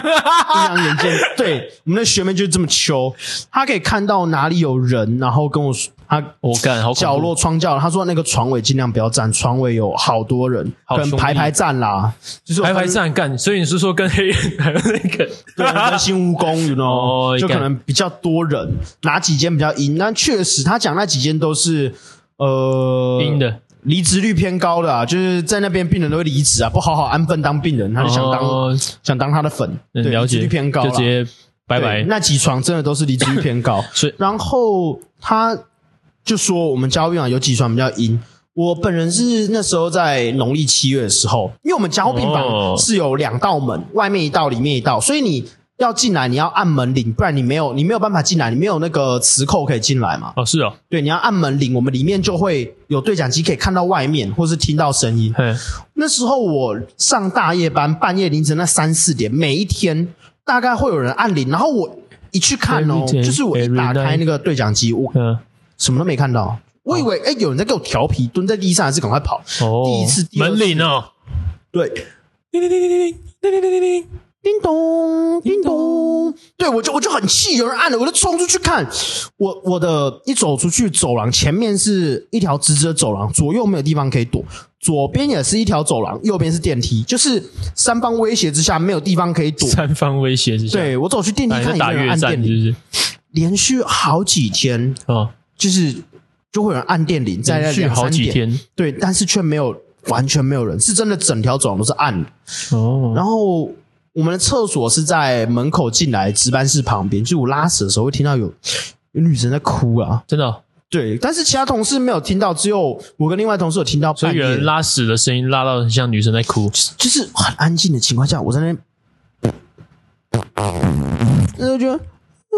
阳眼见。对，我们的学妹就是这么秋，她可以看到哪里有人，然后跟我说，她
我干，好恐怖
角落窗角，她说那个床尾尽量不要站，床尾有好多人，
好
可能
兄弟
排排站啦，就是有
排
分
排站干，所以你是说跟黑人还有那个？
啊对，跟新蜈蚣，you know，
哦
就可
干
能比较多人，哪几间比较阴？但确实他讲那几间都是
(laughs)
呃
阴的，
离职率偏高的啊，就是在那边病人都会离职啊，不好好安分当病人，他就想当、
哦
想当他的粉，对，
嗯了
离职
解
率偏高啦，
就直接拜
对
拜。
那几床真的都是离职率
(laughs)
偏高，
所以
然后他就说我们家护病房有几床比较阴。我本人是那时候在农历七月的时候，因为我们加护病
哦
房是有两道门，外面一道，里面一道，所以你要进来你要按门铃，不然你没有你没有办法进来，你没有那个磁扣可以进来嘛。
哦是哦，
对，你要按门铃，我们里面就会有对讲机可以看到外面，或是听到声音。
嘿，
那时候我上大夜班，半夜凌晨那三四点，每一天大概会有人按铃，然后我一去看哦，
Every day,
就是我一打
every night
开那个对讲机，我
嗯，
什么都没看到，我以为哎、有人在给我调皮，蹲在地上还是赶快跑。
哦，
第一次第二次
门铃哦，
对，
叮叮叮叮叮叮叮叮叮叮，
叮咚，叮咚，对我就我就很气，有人按了，我就冲出去看。我我的一走出去，走廊前面是一条直直的走廊，左右没有地方可以躲，左边也是一条走廊，右边是电梯，就是三方威胁之下没有地方可以躲。
三方威胁之下，
对我走去电梯
哎，
看，
在
有
打
没有人
越
按
战
电
是
铃，
不是？
连续好几天，
哦，
就是就会有人按电铃，在那
连续
两
好
三
几
点，
天
对，但是却没有完全没有人，是真的整条走廊都是暗的。
哦，
然后我们的厕所是在门口进来值班室旁边，就我拉屎的时候会听到有有女生在哭啊。
真的哦，
对，但是其他同事没有听到，只有我跟另外同事有听到
所
半
以
夜，
有人拉屎的声音拉到很像女生在哭，
就是很安静的情况下，我在那边，那就觉得，嗯，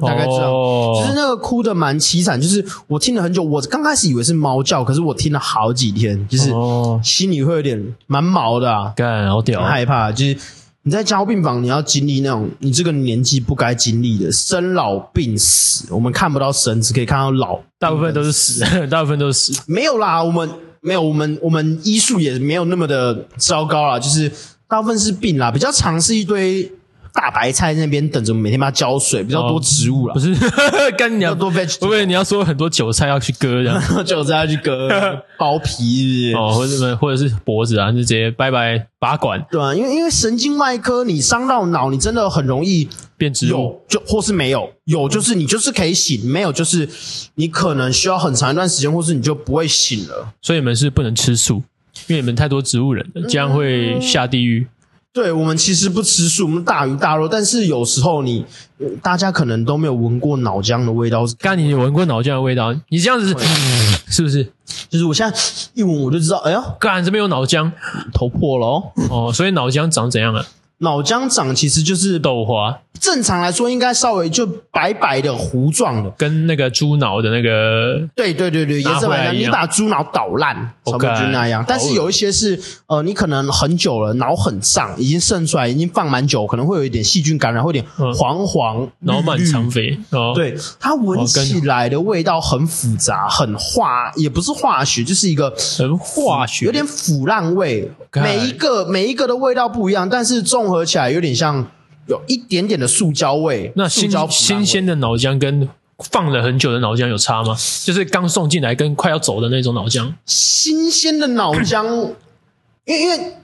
大概这样。
哦
就是那个哭的蛮凄惨，就是我听了很久，我刚开始以为是猫叫，可是我听了好几天，就是
哦，
心里会有点蛮毛的、啊，
干好屌
很
哦，
害怕。就是你在加护病房，你要经历那种你这个年纪不该经历的生老病死。我们看不到生，只可以看到老。
大部分都是死， (laughs) 大部分都是死，
没有啦，我们没有，我们我们医术也没有那么的糟糕啦，就是大部分是病啦，比较常是一堆大白菜在那边等着，每天把它浇水，比较多植物啦，
不是 (laughs) 干你
比较
要
多 veg，
不会你要说很多韭菜要去割这样，
就这样去割包皮是不是
哦，或者什么或者是脖子啊，就直接拜拜拔管
对啊，因为因为神经外科你伤到脑，你真的很容易
变植物，
有就或是没有，有就是你就是可以醒，没有就是你可能需要很长一段时间，或是你就不会醒了。
所以你们是不能吃素，因为你们太多植物人
嗯
了，这样会下地狱。
对我们其实不吃素，我们大鱼大肉，但是有时候你呃大家可能都没有闻过脑浆的味道，
刚你闻过脑浆的味道，你这样子 (sniffs) 是不是？
就是我现在一闻我就知道，哎呀，
干这边有脑浆
头破了哦。
哦，所以脑浆长怎样啊？
脑浆长其实就是
豆花
正常来说应该稍微就白白的糊状的，
跟那个猪脑的那个
对对对对，
拿
颜色
回来
来讲，
一
你
样
把猪脑捣烂，差不
OK，
多就那样。但是有一些是，呃，你可能很久了，脑很胀，已经渗出来，已经放蛮久，可能会有一点细菌感染，会有点
嗯
黄黄、
脑满
绿绿
肠肥哦，，
对，它闻起来的味道很复杂，很化，也不是化学，就是一个
很呃化学，
有点腐烂味。
干
每一个每一个的味道不一样，但是综合起来有点像有一点点的塑胶味。
那
塑
新
胶腐烂味
新鲜的脑浆跟放了很久的脑浆有差吗？就是刚送进来跟快要走的那种脑浆，
新鲜的脑浆，因为因为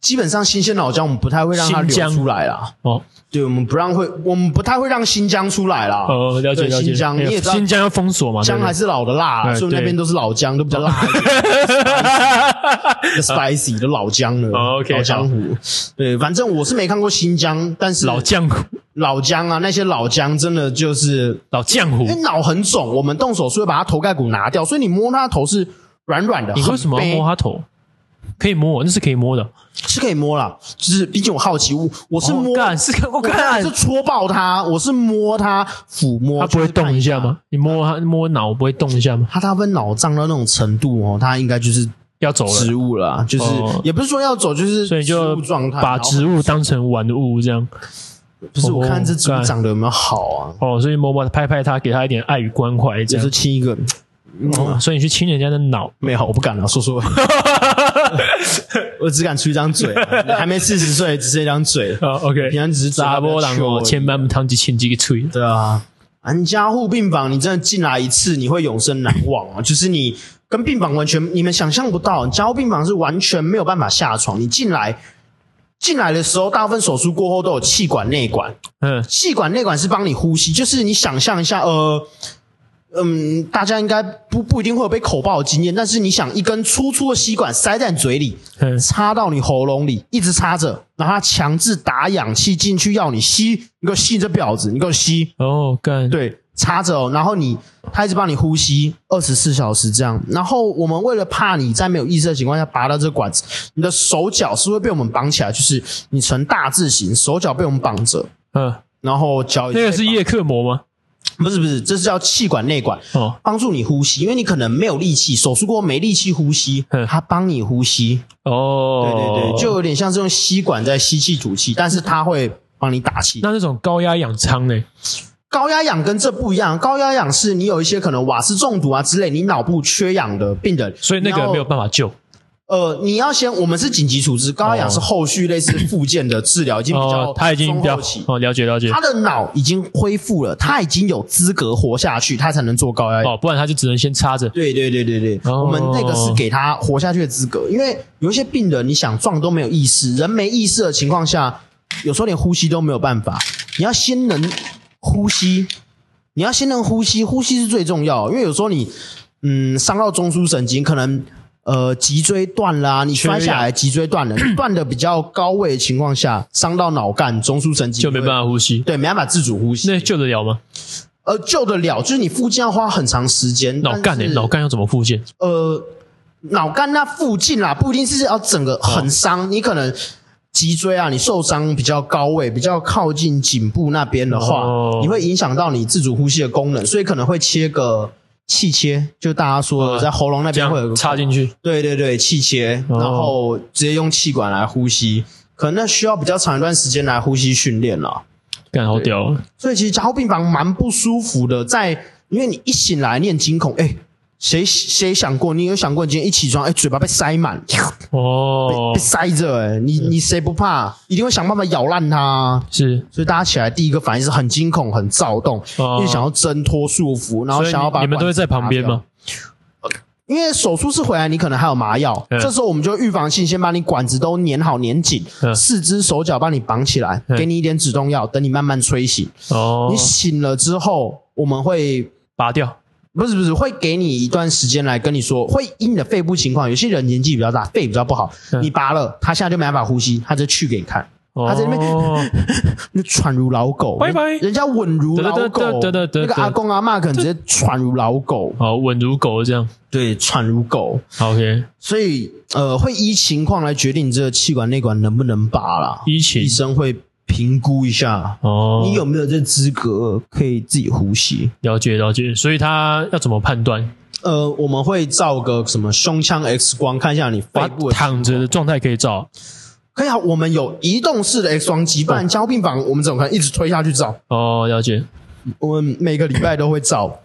基本上新鲜脑浆我们不太会让它
新
流
疆
出来啦。
哦
对，我们不让会，我们不太会让新疆出来啦。
哦，了解
对
了解。
新疆
哎呀
你也知道
新疆要封锁嘛？对
姜
不
还
对？
是老的辣啦，
哎
所以那
对
边都是老姜，都比较
(laughs)
辣一点，spicy 的老姜了。
哦，OK，
老江湖。对，反正我是没看过新疆，但
(laughs)
是
老浆糊，
老姜啊，那些老姜真的就是，
老浆糊
因，为脑很肿，我们动手术会把它头盖骨拿掉，所以你摸它的头是软软的。
你为什么
很
要
悲
摸他头？可以摸，那是可以摸的。
是可以摸啦，就是毕竟我好奇，我我是摸，
哦
啊
干是我
我看
看
是，戳爆它，我是摸它抚摸，
他不会
就是看
动一下？吗？你摸他摸脑不会动一下吗？
它大部分脑胀到那种程度哦，它应该就是
要走了，
植物了啊，就是、
哦
也不是说要走，就是
所以
植
就
物状态，
把
然
植物当成玩物这样。
后不是我看这植
哦
物
干
长得有没有好啊，
哦，所以摸摸拍拍他，给他一点爱与关怀这
就
样
是。啊亲一个，嗯
哦所以你去亲人家的脑，
没有，我不敢了，
(laughs)
说说，我只敢出一张嘴啊、还没四十岁，只是一张嘴，
啊，OK，
平常只是嘴
查 (laughs) 波浪哦，千万不汤鸡千几个吹。
对啊，俺家护病房，你真的进来一次，你会永生难忘啊！就是你跟病房完全，你们想象不到，家护病房是完全没有办法下床，你进来。进来的时候，大部分手术过后都有气管内管，
嗯，
气管内管是帮你呼吸，就是你想象一下，呃，嗯，大家应该不不一定会有被口爆的经验，但是你想一根粗粗的吸管塞在你嘴里，
嗯
插到你喉咙里，一直插着，然后他强制打氧气进去要你吸，你给我吸这婊子，你给我吸，
哦，干，，
对，插着、哦，然后你他一直帮你呼吸二十四小时这样，然后我们为了怕你在没有意识的情况下拔到这管子，你的手脚是会被我们绑起来，就是你呈大字形，手脚被我们绑着。
嗯，
然后脚
那个是叶克膜吗？
不是不是，这是叫气管内管，
哦，
帮助你呼吸，因为你可能没有力气，手术过后没力气呼吸
嗯，
它帮你呼吸。
哦，
对对对，就有点像是用吸管在吸气吐气，但是它会帮你打气。
那那种高压氧舱呢？
高压氧跟这不一样，高压氧是你有一些可能瓦斯中毒啊之类，你脑部缺氧的病人，
所以那
你
个
要
没有办法救。
呃，你要先，我们是紧急处置，高压氧是后续类似附件的治疗，已经比较
哦，他已经
中
了
后期，
哦，了解了解
他。的脑已经恢复了，他已经有资格活下去，他才能做高压氧。
哦，不然他就只能先插着。
对对对对对，
哦
我们那个是给他活下去的资格，因为有一些病人你想撞都没有意识，人没意识的情况下，有时候连呼吸都没有办法。你要先能呼吸，你要先能呼吸，呼吸是最重要，因为有时候你嗯伤到中枢神经，可能呃脊椎断啦、你摔下来脊椎 (laughs) 断了，断的比较高位的情况下，伤到脑干中枢神经
就没办
法，
法呼吸。
对，没办法自主呼吸
那。救得了吗？
呃，救得了，就是你附近要花很长时间。
脑干呢？
但是
脑干要怎么复健？
呃脑干那附近啦，不一定是要整个很
哦
伤，你可能脊椎啊，你受伤比较高位，比较靠近颈部那边的话，
哦
你会影响到你自主呼吸的功能，所以可能会切个气切，就大家说
哦
的在喉咙那
这
边会有
样
个
插进去。
对对对，气切，
哦
然后直接用气管来呼吸，可能那需要比较长一段时间来呼吸训练了。
干好屌哦！
所以其实加护病房蛮不舒服的，在因为你一醒来念惊恐，哎、谁谁想过？你有想过你今天一起床，哎、嘴巴被塞满，
哦
被，塞着，哎，你你谁不怕？一定会想办法咬烂它啊。
是，
所以大家起来第一个反应是很惊恐、很躁动，
哦
因为想要挣脱束缚，然后
所以
想要把
你们都会在旁边
管子拿
吗
掉？？因为手术室回来，你可能还有麻药，
嗯
这时候我们就预防性先把你管子都粘好、粘紧，
嗯
四肢手脚帮你绑起来，
嗯
给你一点止痛药，等你慢慢吹醒。
哦
你，醒了之后，我们会
拔掉。
不是不是会给你一段时间来跟你说，会因你的肺部情况，有些人年纪比较大，肺比较不好，
嗯
你拔了，他现在就没办法呼吸，他就去给你
(laughs)
看，
哦
他在那边那喘如老狗，
拜拜
人家稳如老狗，
得得得得得得
那个阿公阿嬷可能直接喘如老狗，
(laughs) 好稳如狗这样。
对，喘如狗，
好 OK，
所以呃，会依情况来决定这个气管内管能不能拔啦，
疫情
医生会评估一下。
哦，
你有没有这资格可以自己呼吸？
了解了解，所以他要怎么判断？
呃，我们会照个什么胸腔 X 光，看一下你肺
把
部的
躺着的状态可以照
可以啊，我们有移动式的 X 光机，不然交病房我们怎么可能一直推下去照？
哦，了解。
我们每个礼拜都会照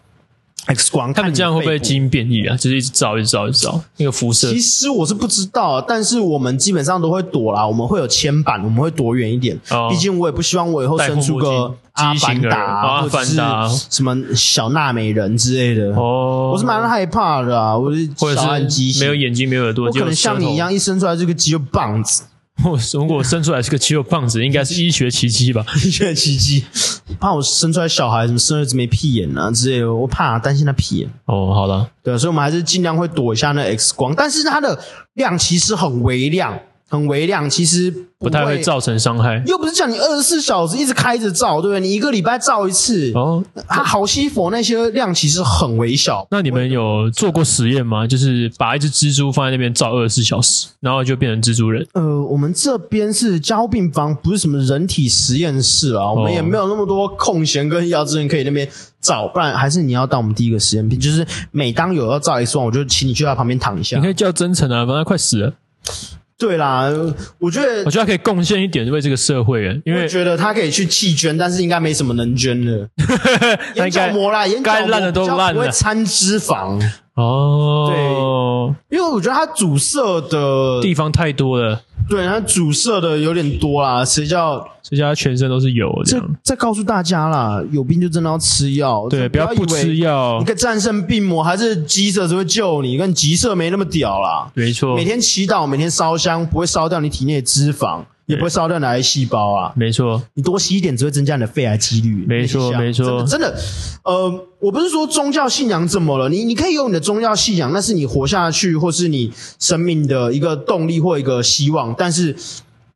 X 光，
他
看
们
你
这样会不会
嗯肺部
基因变异啊？就是一直照，一直照，一直照那个辐射
其实我是不知道，但是我们基本上都会躲啦，我们会有牵板，我们会躲远一点。
哦
毕竟我也不希望我以后生
戴护
出
目
个
镜
阿凡
畸形
达、
儿阿
或者是
凡达
什么小娜美人之类的。
哦，
我是蛮害怕的啊，我是
或者
小暗畸
是
形，
没有眼睛没有耳朵，
我可能像你一样，一生出来这个肌肉棒子。
只有舌头。我如果生出来是个肌肉棒子，应该是医学奇迹
(laughs)
吧？
的确奇迹。怕我生出来小孩什么生儿子没屁眼啊之类的，我怕担心他屁眼。
哦，好了，
对啊，所以我们还是尽量会躲一下那 X 光，但是它的量其实很微量，很微量，其实不
不太会。造成伤害。
又不是叫你二十四小时一直开着照，对不对？你一个礼拜照一次，
哦，
它好西佛那些量其实很微小。
那你们有做过实验吗？就是把一只蜘蛛放在那边照二十四小时，然后就变成蜘蛛人。
呃，我们这边是交病房，不是什么人体实验室
哦
啊，我们也没有那么多空闲跟医疗资源可以那边找，不然还是你要到我们第一个实验品，就是每当有要照 X 光，我就请你去他旁边躺一下
你可。以叫真诚啊，反正他快死了。
对啦，我觉得
我觉得他可以贡献一点为这个社会，因
我
为
觉得他可以去弃捐，但是应该没什么能捐的。
(laughs) 他
眼
应
角
该
膜啦，眼角
该
膜
烂的都
比较
烂
不
了
会掺脂肪，
哦，
因为我觉得它阻塞的，
地方太多了，
对它阻塞的有点多啦，谁叫
所以他全身都是油这
这
样。
再告诉大家啦，有病就真的要吃药，
对，
就
不要
以为
不吃药
你，个战胜病魔还是鸡舍只会救你，跟急舍没那么屌啦。
没错
每。天祈祷，每天烧香，不会烧掉你体内的脂肪。也不会烧掉你的癌细胞啊。
没错，
你多吸一点，只会增加你的肺癌几率。
没错
你想
没错
真的真的，呃，我不是说宗教信仰怎么了，你你可以有你的宗教信仰，那是你活下去或是你生命的一个动力或一个希望，但是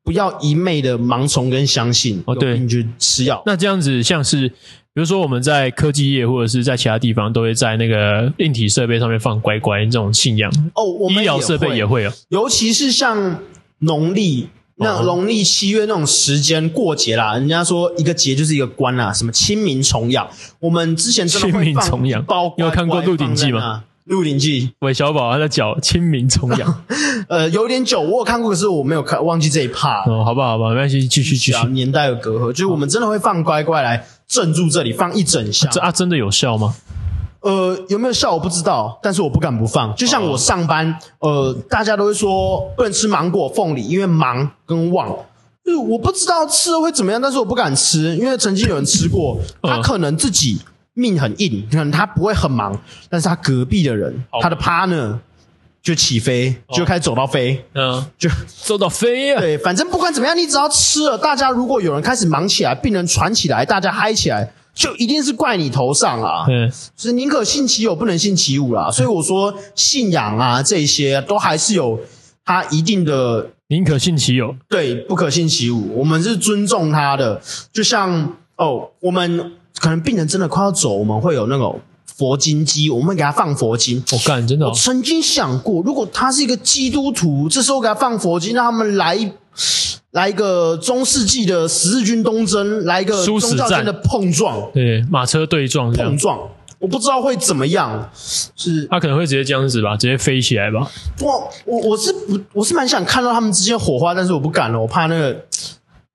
不要一昧的盲从跟相信。
哦对
有病就吃药。
那这样子像是，比如说我们在科技业或者是在其他地方，都会在那个硬体设备上面放乖乖这种信仰，
哦，我们
医疗设备也
会，
会有。
尤其是像农历。那
哦
农历七月那种时间过节啦，人家说一个节就是一个关啦，什么清明重阳，我们之前真的
清
会
明
放
重阳
包
你有看过
乖乖
鹿鼎记吗
放在那？鹿鼎记，
韦小宝他的脚清明重
(laughs)
阳，
呃，有点久，我有看过，可是我没有看，忘记这一 part 了。
哦，好不好？好吧，没关系，继续继续
啊。，年代的隔阂，就是我们真的会放乖乖来镇住这里，放一整箱
这。啊，真的有效吗？
呃，有没有效我不知道，但是我不敢不放。就像我上班，呃，大家都会说不能吃芒果、凤梨，因为芒跟旺。就是我不知道吃了会怎么样，但是我不敢吃，因为曾经有人吃过，他
嗯
可能自己命很硬，可能他不会很忙，但是他隔壁的人，
好
他的 partner 就起飞，就开始走到飞，
嗯，
就
收到飞呀、
对，反正不管怎么样，你只要吃了，大家如果有人开始忙起来，病人传起来，大家嗨起来，就一定是怪你头上啊！
嗯，
所以宁可信其有，不能信其无啦。所以我说，信仰啊这些都还是有它一定的
宁可信其有。
对，不可信其无。我们是尊重他的，就像哦，我们可能病人真的快要走，我们会有那种佛经机，我们会给他放佛经。
我、干，真的、哦
我，曾经想过，如果他是一个基督徒，这时候给他放佛经，让他们来一来一个中世纪的十字军东征，来一个
殊
宗
死
教间
战嗯
的碰撞，
对，马车对撞这样
碰，撞，我不知道会怎么样。是
他可能会直接这样子吧，直接飞起来吧。
我我我是不我是蛮想看到他们之间火花，但是我不敢了，我怕那个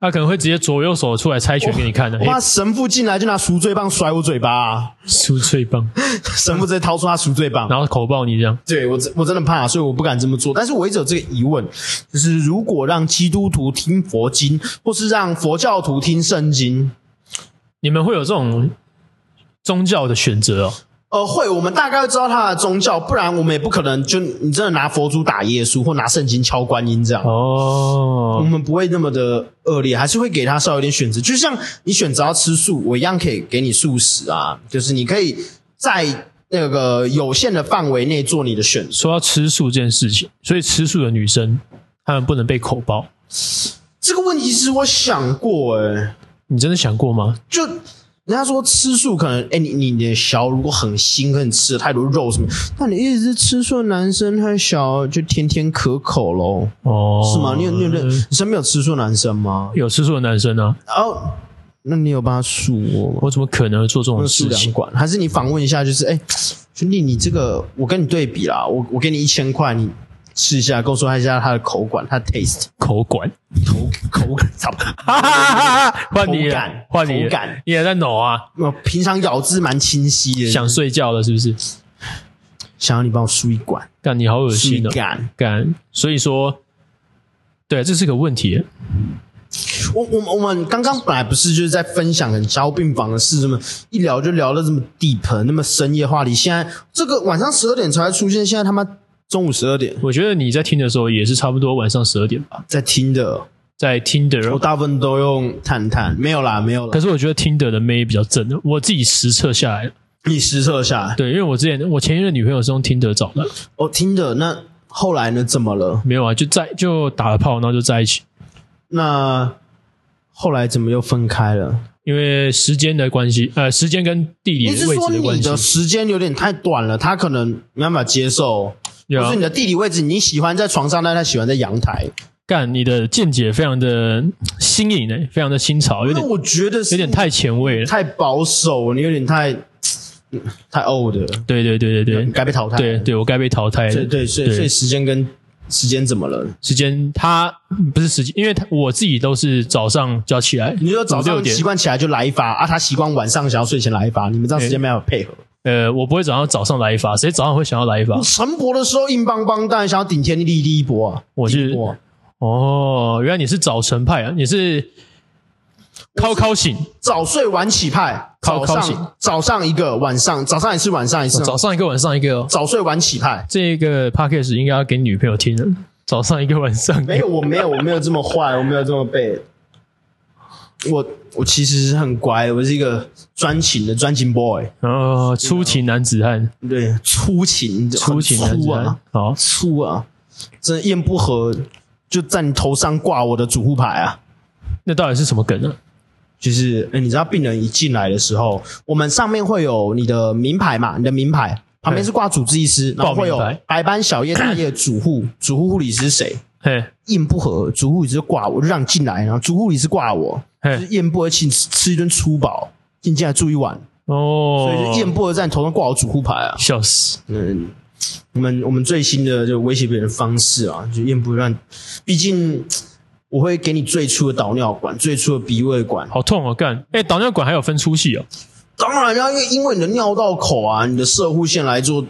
他可能会直接左右手出来猜拳给你看的、
我
啊，
怕神父进来就拿赎罪 (laughs) 棒甩我嘴巴、啊，
出最棒，
神父直接掏出他赎罪棒。
然后口爆你这样。
对我真我真的怕，所以我不敢这么做。但是我一直有这个疑问，就是如果让基督徒听佛经，或是让佛教徒听圣经，
你们会有这种宗教的选择哦？
呃，会我们大概会知道他的宗教，不然我们也不可能就你真的拿佛珠打耶稣，或拿圣经敲观音这样。我
哦，
们不会那么的恶劣，还是会给他稍微有点选择。就像你选择要吃素，我一样可以给你素食啊，就是你可以在那个有限的范围内做你的选择。
说到吃素这件事情，所以吃素的女生她们不能被口爆。
这个问题是我想过、欸，
你真的想过吗？
就人家说吃素可能，哎、你你你的小如果很腥，可能你吃了太多肉什么，那你一直是吃素的男生，他小就天天可口喽，
哦，
是吗？你有你有认你身边有吃素的男生吗？
有吃素的男生啊？
哦，那你有帮他数我吗？
我怎么可能做这
我
种
有数
事
量
情？
管，还是你访问一下，就是哎，兄弟，你这个我跟你对比啦，我我给你一千块，你试一下，跟我说一下他的口感，他的 taste
口管，
口口感怎么？
哈哈哈哈！ (laughs) 换你
口
了
感，
换你了
口感，
你也在抖啊？
我平常咬字蛮清晰的，想
想睡觉了是不是？
想要你帮我输一管，
干，你好恶
输一
心哦！
杆。
干，所以说，对，这是个问题。
我我们我们刚刚本来不是就是在分享很交病房的事，这么一聊就聊到这么 deep 那么深夜话题。现在这个晚上十二点才会出现，现在他妈中午十二点
我觉得你在听的时候也是差不多晚上十二点吧，
在听的，
在听的人
我。大部分都用探探，没有啦，没有啦
可。是我觉得听的的妹比较正，我自己实测下来了。
你实测下来，
对，因为我之前我前一任女朋友是用听的找的，
我听的那后来呢？怎么了？
没有啊，就在就打了炮，然后就在一起，
那后来怎么又分开了？
因为时间的关系，呃，时间跟地理
你是
位
说
置
你
关系
的。时间有点太短了，他可能没办法接受，
对
就
啊
是你，的地理位置，你喜欢在床上，但他喜欢在阳台。
干，你的见解非常的新颖诶，非常的新潮，有
那
点
我觉得是
有点太前卫了。
太保守，你有点太太 old 了，
对对对对对
你该被淘汰。
对对，我该被淘汰了
对。对，所以
对
所以时间跟时间怎么了？
时间，他嗯不是时间，因为他我自己都是早上就要起来，
你说早
五六
上
点
习惯起来就来一发啊，他习惯晚上想要睡前来一发，你们这样时间没办法配合。
呃，我不会早上早上来一发，谁早上会想要来一发？
晨勃的时候硬邦邦，当然想要顶天立地一搏啊！
我是
第一波啊
哦，原来你是早晨派啊，你是靠靠醒，
早睡晚起派，
靠
早
靠醒
上早上一个，晚上早上一次，晚上一次，
早上一个晚上一个、哦。
早睡晚起派。
这个 podcast 应该要给女朋友听的，早上一个晚上，
没有，我没有，我没有这么坏，我没有这么背。我我其实是很乖的，我是一个专情的专情 boy，
呃，出勤男子汉，
对，粗情，
出勤男
很
子
粗
汉
啊，，
好，
粗啊，真的咽不合就在你头上挂我的主护牌啊。
那到底是什么梗啊呢？
就是，哎，你知道病人一进来的时候，我们上面会有你的名牌嘛，你的名牌旁边是挂主治医师，然后会有
报名牌
白班、小夜、大夜、主护、 (clears throat) 主护护理师是谁，
嘿，
硬不合，主护理师挂我，就让你进来，然后主护理师挂我，
嘿
就是硬不合请吃吃一顿粗饱，进进来住一晚，所以
哦
就，硬不合在你头上挂我主护牌啊。
笑死，
嗯，我们我们最新的就威胁别人的方式啊，就硬不让，毕竟我会给你最初的导尿管、最初的鼻胃管，
好痛哦，干，哎，导尿管还有分粗细哦，
当然要因为因为你的尿道口啊，你的射护线来做。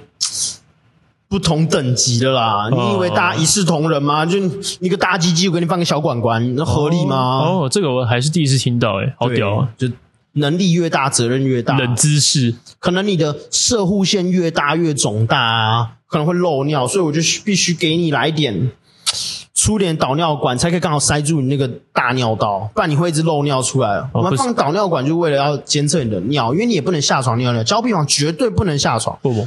不同等级的
哦
啦，你以为大家一视同仁吗？就你一个大鸡鸡，我给你放个小管管，那合理吗？
哦，这个我还是第一次听到，哎，好
对
屌啊，！
就能力越大，责任越大。
冷知识，
可能你的射护线越大越肿大啊，可能会漏尿，所以我就必须给你来一点出点导尿管，才可以刚好塞住你那个大尿道，不然你会一直漏尿出来。我
哦不
们
是
放导尿管就为了要监测你的尿，因为你也不能下床尿尿，交配网绝对不能下床。
不不，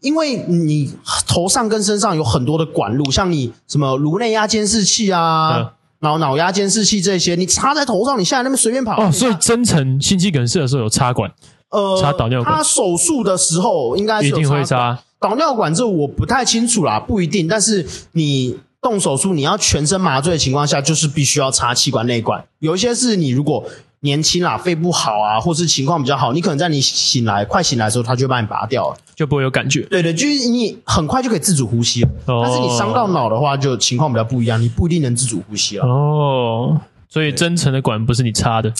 因为你头上跟身上有很多的管路，像你什么颅内压监视器啊，
嗯
然后脑压监视器这些，你插在头上，你下来那边随便跑。
哦，所以真诚心肌梗塞的时候有插管，
呃，
插导尿管
他手术的时候应该是
一
有
定会
插管
插，
导尿管，这我不太清楚啦，不一定。但是你动手术，你要全身麻醉的情况下，就是必须要插气管内管。有一些是你如果年轻啦，肺不好啊，或是情况比较好，你可能在你醒来快醒来的时候，他就把你拔掉了。
就不会有感觉，
对的，就是你很快就可以自主呼吸了。
哦
但是你伤到脑的话，就情况比较不一样，你不一定能自主呼吸了。
哦，所以真诚的管不是你插的，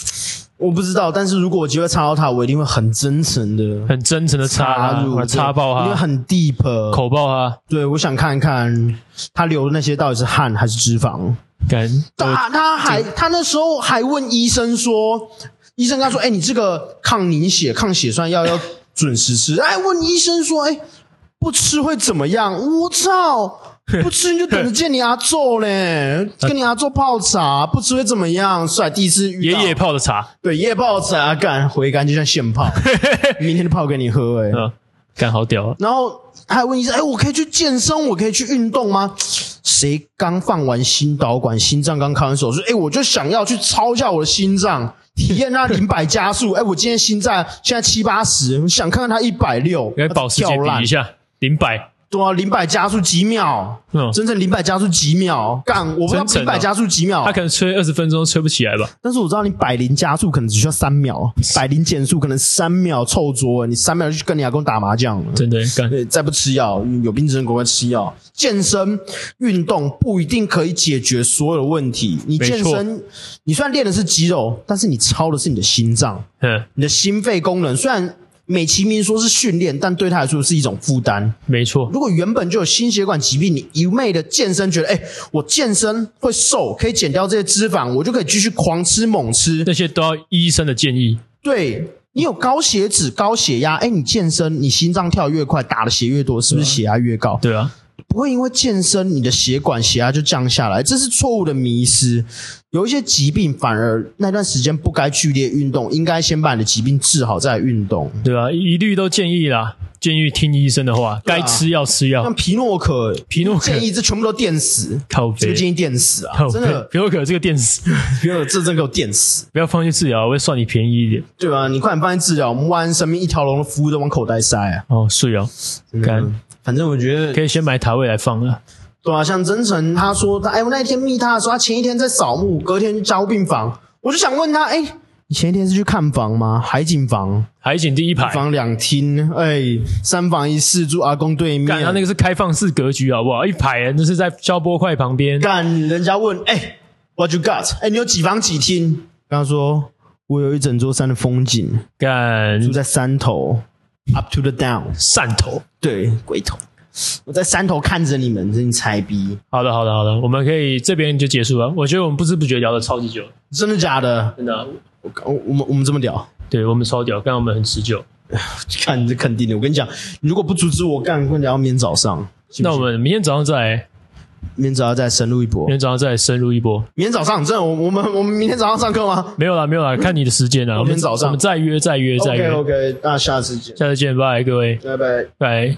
我不知道，但是如果我有机会插到它，我一定会很真诚的。
很真诚的插
入
它，
对
插爆
因为
它，
很 deep。
口爆它，
对，我想看看他流的那些到底是汗还是脂肪。
干，
他他还他那时候还问医生说，医生跟他说：“哎、你这个抗凝血、抗血栓药要准时吃。”哎，问医生说：“哎、不吃会怎么样？”我操！不吃你就等着见你阿揍
(laughs)
嘞，跟你阿揍泡茶，不吃会怎么样？帅，第一次遇
爷
到
爷泡的茶，
对爷爷泡茶，干回甘就像
(laughs)
现泡，明天就泡给你喝哎、
嗯，干好屌啊，
然后还问医生：“哎，我可以去健身，我可以去运动吗？”谁刚放完心导管，心脏刚开完手术，哎，我就想要去操一下我的心脏，体验它零百加速。 (laughs) 哎，我今天心脏现在七八十，我想看看它一百六，
跟保时捷
跳烂
比一，下，零百，
对啊，零百加速几秒，
嗯
真正零百加速几秒，干，我不知道
真诚
零百
哦
加速几秒
他，可能吹二十分钟吹不起来吧，
但是我知道你百零加速可能只需要三秒，百零减速可能三秒凑桌，你三秒就去跟你阿公打麻将了。
真的干，
对，再不吃药，有病只能赶快吃药。健身运动不一定可以解决所有的问题。你
没错
健身，你虽然练的是肌肉，但是你操的是你的心脏，
嗯，
你的心肺功能。虽然美其名说是训练，但对他来说是一种负担。
没错，
如果原本就有心血管疾病，你一昧的健身，觉得哎、我健身会瘦，可以减掉这些脂肪，我就可以继续狂吃猛吃。
那些都要医生的建议，
对你有高血脂、高血压，哎、你健身，你心脏跳越快，打的血越多，是不是血压越高？
对啊，
不会因为健身你的血管血压就降下来，这是错误的迷失。有一些疾病反而那段时间不该剧烈运动，应该先把你的疾病治好再来运动。
对啊，一律都建议啦，建议听医生的话，
啊
该吃药吃药
像，皮诺可，
皮诺可
建议这全部都电死，
靠
这个
背。
建议电死啊！
靠
真
背
的，
皮诺可这个电视，
皮诺可这真给我电死，
不要放弃治疗，我会算你便宜一点。
对吧、你快点帮你治疗，我们万安生命一条龙的服务都往口袋塞啊！
哦，是哦，干
嗯，反正我觉得
可以先买塔位来放啊。
对啊，像真诚他说他，哎，我那天密他的时候，他前一天在扫墓，隔天交病房，我就想问他，哎，你前一天是去看房吗？海景房，
海景第一排
一，房两厅，哎，三房一室住阿公对面。
干他那个是开放式格局，好不好？一排那是在消波块旁边，
干人家问，哎，What you got？哎，你有几房几厅？跟他说，我有一整座山的风景，
干
住在山头，up to the down，
汕头。
对，鬼头，我在山头看着你们，真猜逼，
好的，好的，好的，我们可以这边就结束了。啊我觉得我们不知不觉聊了超级久，
真的假的？
真的啊，
我我我们我们这么屌。
对我们超屌，刚刚我们很持久。
看这肯定的，我跟你讲，你如果不阻止我干，我跟你讲要明天早上。信不
那我
信
们明天早上再来
明天早上再深入一波
明。天早上再深入一波。
明天早上真的，我我们我们明天早上上课吗
没有啦，没有啦，看你的时间啦。我
明天
们
早上
我们再约，再约，再
？OK
约。
OK，那下次见，
下次见，拜，各位，
拜拜。
拜。